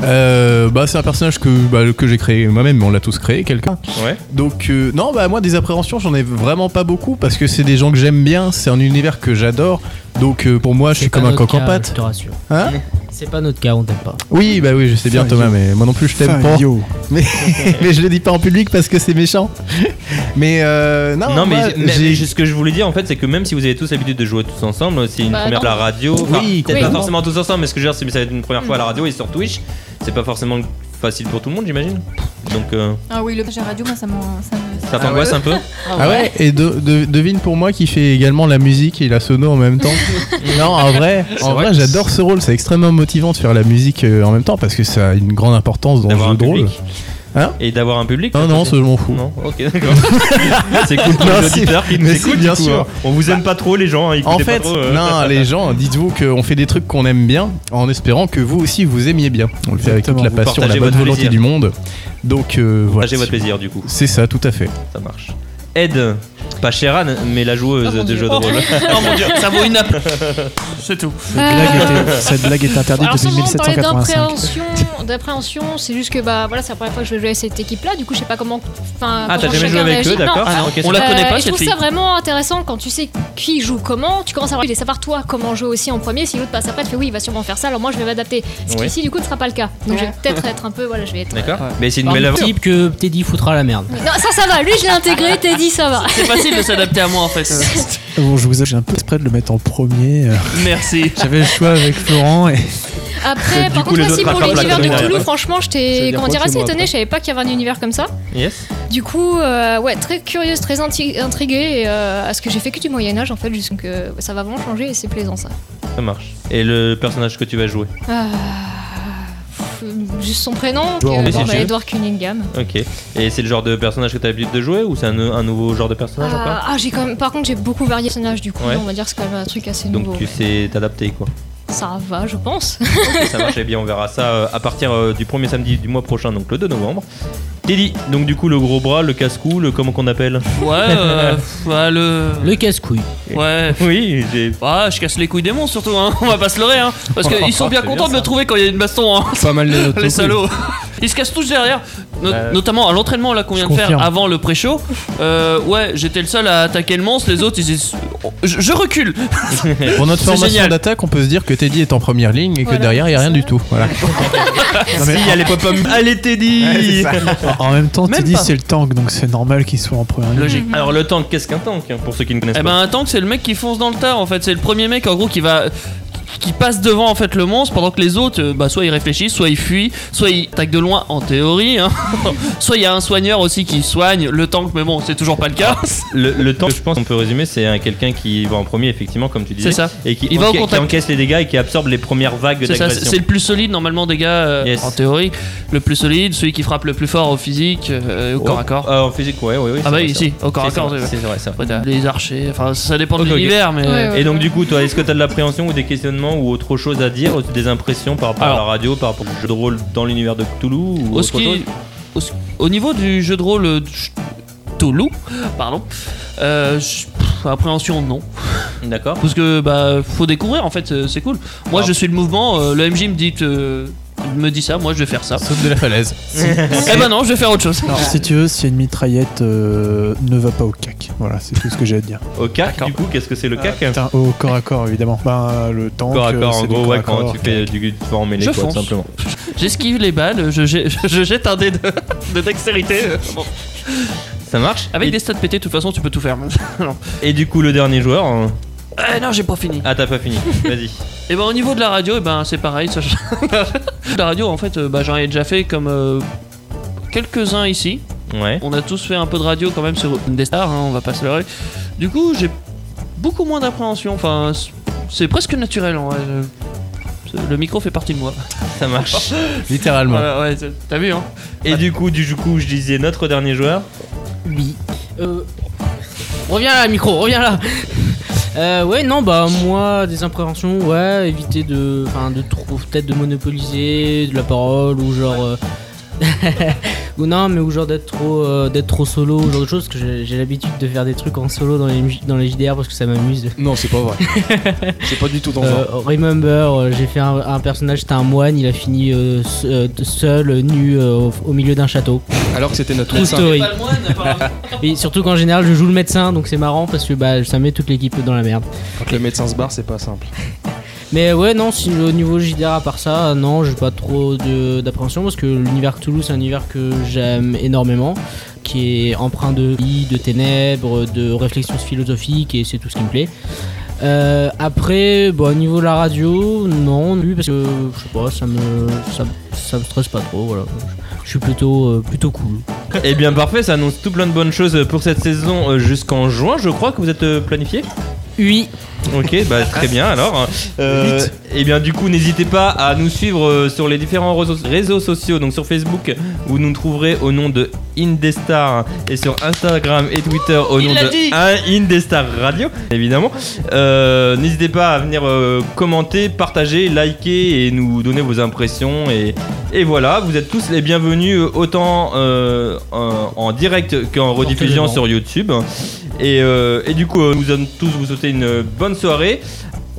S4: Euh, bah, c'est un personnage que, bah, que j'ai créé moi-même, mais on l'a tous créé, quelqu'un.
S1: Ouais.
S4: Donc, euh, non, bah, moi, des appréhensions, j'en ai vraiment pas beaucoup parce que c'est des gens que j'aime bien, c'est un univers que j'adore. Donc, euh, pour moi, je suis comme un coq en pâte.
S7: Je te rassure.
S4: Hein
S7: C'est pas notre cas, on t'aime pas.
S4: Oui, bah oui, je sais bien
S7: Fabio.
S4: Thomas, mais moi non plus je t'aime pas.
S7: Fabio.
S4: (laughs) Mais, mais je le dis pas en public parce que c'est méchant. (laughs) Mais euh, non, moi,
S1: Non, mais, mais-
S4: j'ai-
S1: mais ce que je voulais dire en fait, c'est que même si vous avez tous l'habitude de jouer tous ensemble, c'est une
S4: Bah,
S1: première
S4: non.
S1: à la radio.
S4: Oui,
S1: enfin, peut-être pas
S4: complètement.
S1: forcément tous ensemble, mais ce que je veux dire, c'est que ça va être une première fois à la radio et sur Twitch. C'est pas forcément facile pour tout le monde, j'imagine. Donc, euh,
S10: Ah oui, le projet radio, moi ça m'en- ça me-
S1: ça
S10: (laughs)
S1: t'angoisse un peu
S4: Ah ouais, et de- de- devine pour moi qui fait également la musique et la sono en même (laughs) temps. non, en vrai,
S1: C'est
S4: en
S1: vrai
S4: vrai,
S1: que
S4: j'adore ce rôle, c'est extrêmement motivant de faire la musique euh, en même temps parce que ça a une grande importance dans le
S1: D'avoir
S4: jeu
S1: un
S4: de rôle.
S1: public.
S4: Hein
S1: Et d'avoir un public
S4: Non,
S1: ça,
S4: non,
S1: c'est-
S4: ça, je m'en fous.
S1: Non, ok, d'accord.
S4: (laughs)
S1: c'est cool pour les
S4: Merci.
S1: auditeurs qui nous
S4: Merci,
S1: écoutent,
S4: bien
S1: du coup,
S4: sûr.
S1: hein. On vous aime pas trop, les gens. hein,
S4: En
S1: écoutez pas
S4: fait,
S1: trop, euh.
S4: non, les gens, dites-vous qu'on fait des trucs qu'on aime bien en espérant que vous aussi vous aimiez bien. On le fait avec
S1: Exactement,
S4: toute la
S1: vous
S4: passion, la
S1: partagez
S4: bonne
S1: votre
S4: volonté
S1: plaisir.
S4: du monde. Donc euh, voilà.
S1: Partagez votre plaisir, du coup.
S4: C'est ça, tout à fait.
S1: Ça marche. Ed, Pas Sheran, mais la joueuse de jeu
S2: (laughs)
S1: de rôle.
S2: (laughs) Oh mon dieu, ça vaut une nappe. C'est tout.
S3: Cette blague est interdite
S6: Ah. Alors,
S3: depuis
S6: sans vraiment parler
S3: 1785.
S6: d'appréhension, d'appréhension, c'est juste que bah voilà, c'est la première fois que je vais jouer à cette équipe-là, du coup, je sais pas comment. Enfin,
S1: Ah, t'as
S6: comment
S1: jamais
S6: chacun
S1: joué avec
S6: réagit.
S1: eux, d'accord. Ah non, ok, On la
S6: Euh,
S1: connaît pas,
S6: et Je
S1: cette
S6: trouve
S1: fille.
S6: ça vraiment intéressant quand tu sais qui joue comment, tu commences à et savoir toi comment jouer aussi en premier. Si l'autre passe après, tu fais oui, il va sûrement faire ça, alors moi je vais m'adapter. Ce qui
S1: Ouais.
S6: ici, du coup, ne sera pas le cas. Donc, je vais
S1: Ouais.
S6: peut-être être un peu, voilà, je vais être. euh,
S1: D'accord. Mais c'est une
S7: Par
S1: belle
S7: le
S1: aventure.
S7: type que Teddy foutra la merde.
S6: Non, ça, ça va. Lui, je l'ai
S1: Ah,
S6: intégré. T'es dit, ça va.
S2: C'est facile de s'adapter à moi en
S10: (laughs)
S2: fait.
S3: Bon, je vous ai j'ai un peu exprès de le mettre en premier. euh.
S2: Merci.
S3: J'avais le choix avec Florent et.
S6: Après,
S3: Du
S6: par
S3: coup,
S6: contre,
S3: les
S6: moi, si
S3: autres
S6: pour
S3: rattrapent la
S6: l'univers de
S3: semaine
S6: Cthulhu,
S3: dernière.
S6: franchement,
S3: Ça veut
S6: j'étais
S3: dire
S6: comment
S3: quoi
S6: dire
S3: chez
S6: assez
S3: moi,
S6: étonnée.
S3: après
S6: Je savais pas qu'il y avait un univers comme ça.
S1: Yes.
S6: Du coup, euh, ouais, très curieuse, très inti- intriguée et, euh, à ce que j'ai fait que du Moyen Âge en fait, jusqu'à que ça va vraiment changer et c'est plaisant ça.
S1: Ça marche. Et le personnage que tu vas jouer
S6: Ah, pff, euh, juste son prénom, que-
S1: Mais
S6: bon,
S1: c'est
S6: bah,
S1: sûr.
S6: Edward Cunningham.
S1: Ok. Et c'est le genre de personnage que t'as l'habitude de jouer ou c'est un, un nouveau genre de personnage
S6: Ah,
S1: encore
S6: ah, j'ai quand même, par contre, j'ai beaucoup varié les personnages du coup.
S1: Ouais.
S6: On va dire que c'est quand même un truc assez
S1: Donc
S6: nouveau.
S1: tu
S6: ouais.
S1: sais t'adapter quoi.
S6: Ça va, je pense. (laughs)
S1: Et ça marche, eh bien on verra ça euh, à partir euh, du premier samedi du mois prochain, donc le 2 novembre. Teddy, donc du coup le gros bras, le casse-cou, le comment qu'on appelle
S2: Ouais,
S1: (laughs)
S2: euh, ouais, le.
S7: Le casse-couille.
S2: Ouais.
S1: Oui, j'ai.
S2: Ah, je casse les couilles des monstres surtout, hein. on va pas se leurrer, hein. Parce
S1: (laughs)
S2: qu'ils sont bien
S1: C'est
S2: contents
S1: bien
S2: de me trouver quand il y a une baston, hein.
S9: Pas mal de
S2: (laughs) Les salauds. Ils se cassent tous derrière. No-
S1: Euh.
S9: Ouais.
S2: Notamment à l'entraînement là qu'on vient de faire
S9: confirme.
S2: avant le pré-show. Euh, ouais, j'étais le seul à attaquer le monstre, les autres ils. ils- Je, je recule
S4: Pour notre
S2: (laughs) C'est
S4: formation
S2: génial.
S4: d'attaque, on peut se dire que Teddy est en première ligne et que
S2: Voilà,
S4: derrière il n'y a rien du tout. Voilà.
S2: (laughs)
S1: Si, il y a les pop Allez Teddy (laughs)
S3: En en même temps,
S1: Même
S3: Teddy,
S1: pas.
S3: c'est le tank, donc c'est normal qu'il soit en première ligne.
S1: Logique. Alors le tank, qu'est-ce qu'un tank hein, Pour ceux qui ne connaissent
S2: Mhm. Eh ben
S1: pas.
S2: un tank c'est le mec qui fonce dans le tas en fait, c'est le premier mec en gros qui va qui passe devant en fait le monstre pendant que les autres euh, bah, soit ils réfléchissent, soit ils fuient, soit ils attaquent de loin en théorie, hein. (laughs) soit il y a un soigneur aussi qui soigne le tank mais bon c'est toujours pas le cas.
S1: Le, le tank, je pense qu'on peut résumer, c'est un- quelqu'un qui va en premier, effectivement, comme tu disais.
S2: C'est ça.
S1: Et qui,
S2: Il va au
S1: qui- qui
S2: contact.
S1: encaisse les dégâts et qui absorbe les premières vagues
S2: C'est ça, c'est
S1: d'agression.
S2: c'est le plus solide normalement des gars euh, en théorie, le plus solide, celui qui frappe le plus fort au physique, euh, au corps à corps.
S1: Ah, en physique, ouais, ouais, ouais.
S2: Ah
S1: c'est
S2: bah
S1: vrai,
S2: oui,
S1: c'est
S2: si,
S1: vrai.
S2: au corps à
S1: C'est
S2: corps,
S1: vrai,
S2: c'est-
S1: C'est vrai, ça.
S2: Après, t'as les archers, enfin ça dépend de
S1: Ok, ok.
S2: l'univers, mais.
S1: Et donc, du coup, toi, est-ce que t'as de l'appréhension ou des questionnements ou autre chose à dire ou Des impressions par rapport à la radio, par rapport au jeu de rôle dans l'univers de Cthulhu ou
S2: au,
S1: autre
S2: ski-
S1: chose
S2: au ski- au niveau du jeu de rôle euh, ch- Toulouse, pardon, euh, je- pff, appréhension non.
S1: D'accord. Ah.
S2: Parce que bah faut découvrir en fait, c'est- c'est cool. Moi je suis le mouvement, euh, le MJ me dit, euh, me dit ça, moi je vais faire ça.
S4: Saute de la falaise.
S2: (laughs) eh ben non, je vais faire autre chose.
S3: Alors, si tu veux, s'il y a une mitraillette, euh, ne va pas au cac. Voilà, c'est tout ce que j'ai à te dire.
S1: Au CAC, du coup, qu'est-ce que c'est
S2: Euh,
S1: le CAC
S3: Putain, au corps à corps, évidemment. Ben, le tank.
S1: Corps à
S3: euh,
S1: corps,
S3: c'est
S1: en
S3: du
S1: gros,
S3: corps
S1: ouais,
S3: à
S1: quand
S3: corps.
S1: tu fais du tu vas emmêler,
S2: Je
S1: quoi, tout
S2: fonce.
S1: simplement.
S2: J'esquive les balles, je, je- je jette (laughs) un dé de, de dextérité. Bon.
S1: Ça marche
S2: Avec des stats pétés, de toute façon, tu peux tout faire. (laughs) non.
S1: Et du coup, le dernier joueur. hein.
S2: Ah non, j'ai pas fini.
S1: Ah, t'as
S2: (laughs)
S1: pas fini. Vas-y.
S2: Et ben au niveau de la radio, et ben c'est pareil. Ça... (laughs) la radio, en fait, euh, bah, j'en ai déjà fait comme euh, quelques-uns ici.
S1: Ouais.
S2: On a tous fait un peu de radio quand même sur des stars, hein, on va pas se leurrer. Du coup, j'ai beaucoup moins d'appréhension. Enfin, c- c'est presque naturel. en vrai. Je- Le micro fait partie de moi. (laughs)
S1: Ça marche.
S4: Littéralement.
S2: Voilà, ouais, c'est- t'as vu, hein
S1: Et du coup, du coup, je disais notre dernier joueur.
S7: Oui. Euh, Reviens là, micro, reviens là. Euh, ouais, non, bah moi, des appréhensions, ouais, éviter de, enfin, de trop, peut-être de monopoliser de la parole ou genre, euh, (laughs) ou non, mais ou genre d'être trop, euh, d'être trop solo, ou genre de choses, parce que j'ai- j'ai l'habitude de faire des trucs en solo dans les, MJ dans les JDR parce que ça m'amuse.
S9: Non, c'est pas
S7: (laughs)
S9: vrai. C'est pas du tout dans
S7: Euh,
S9: un.
S7: remember, euh, j'ai fait un, un personnage, c'était un moine, il a fini euh, se- euh, seul, euh, nu, euh, au, au milieu d'un château.
S9: Alors que c'était notre
S7: True
S9: médecin.
S7: story.
S9: C'était pas le moine, apparemment.
S7: Et surtout qu'en général, je joue le médecin, donc c'est marrant parce que bah, ça met toute l'équipe dans la merde.
S9: Quand le médecin se barre, c'est pas simple.
S7: Mais ouais, non, si, au niveau JDR, à part ça, non, j'ai pas trop de- d'appréhension parce que l'univers Cthulhu, c'est un univers que j'aime énormément, qui est empreint de vie, de ténèbres, de réflexions philosophiques et c'est tout ce qui me plaît. Euh, après, bon, au niveau de la radio, non, lui, parce que je sais pas, ça me, ça, ça me stresse pas trop, voilà. Je suis plutôt, euh, plutôt cool.
S1: (laughs) Eh bien parfait, ça annonce tout plein de bonnes choses pour cette saison euh, jusqu'en juin, je crois que vous êtes euh, planifié
S7: Oui.
S1: Ok, bah très bien alors. Euh,
S9: Vite.
S1: eh bien du coup, n'hésitez pas à nous suivre euh, sur les différents réseaux, réseaux sociaux, donc sur Facebook, vous nous trouverez au nom de Indestar, et sur Instagram et Twitter au
S2: Il
S1: nom
S2: l'a
S1: de
S2: dit.
S1: un Indestar Radio, évidemment. Euh, n'hésitez pas à venir euh, commenter, partager, liker et nous donner vos impressions. Et, et voilà, vous êtes tous les bienvenus euh, autant euh, en, en direct qu'en rediffusion
S9: Fortement.
S1: sur YouTube. Et, euh, et du coup, euh, nous allons tous vous souhaiter une bonne soirée.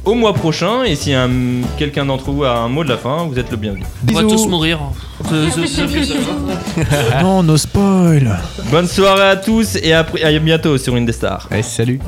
S1: Au mois prochain, et si un- quelqu'un d'entre vous a un mot de la fin, vous êtes le bienvenu.
S2: On va tous mourir. Ce- ce- ce- ce- ce-
S3: non, no spoil.
S1: Bonne soirée à tous et à, pr- à bientôt sur Indestar.
S4: Allez, salut.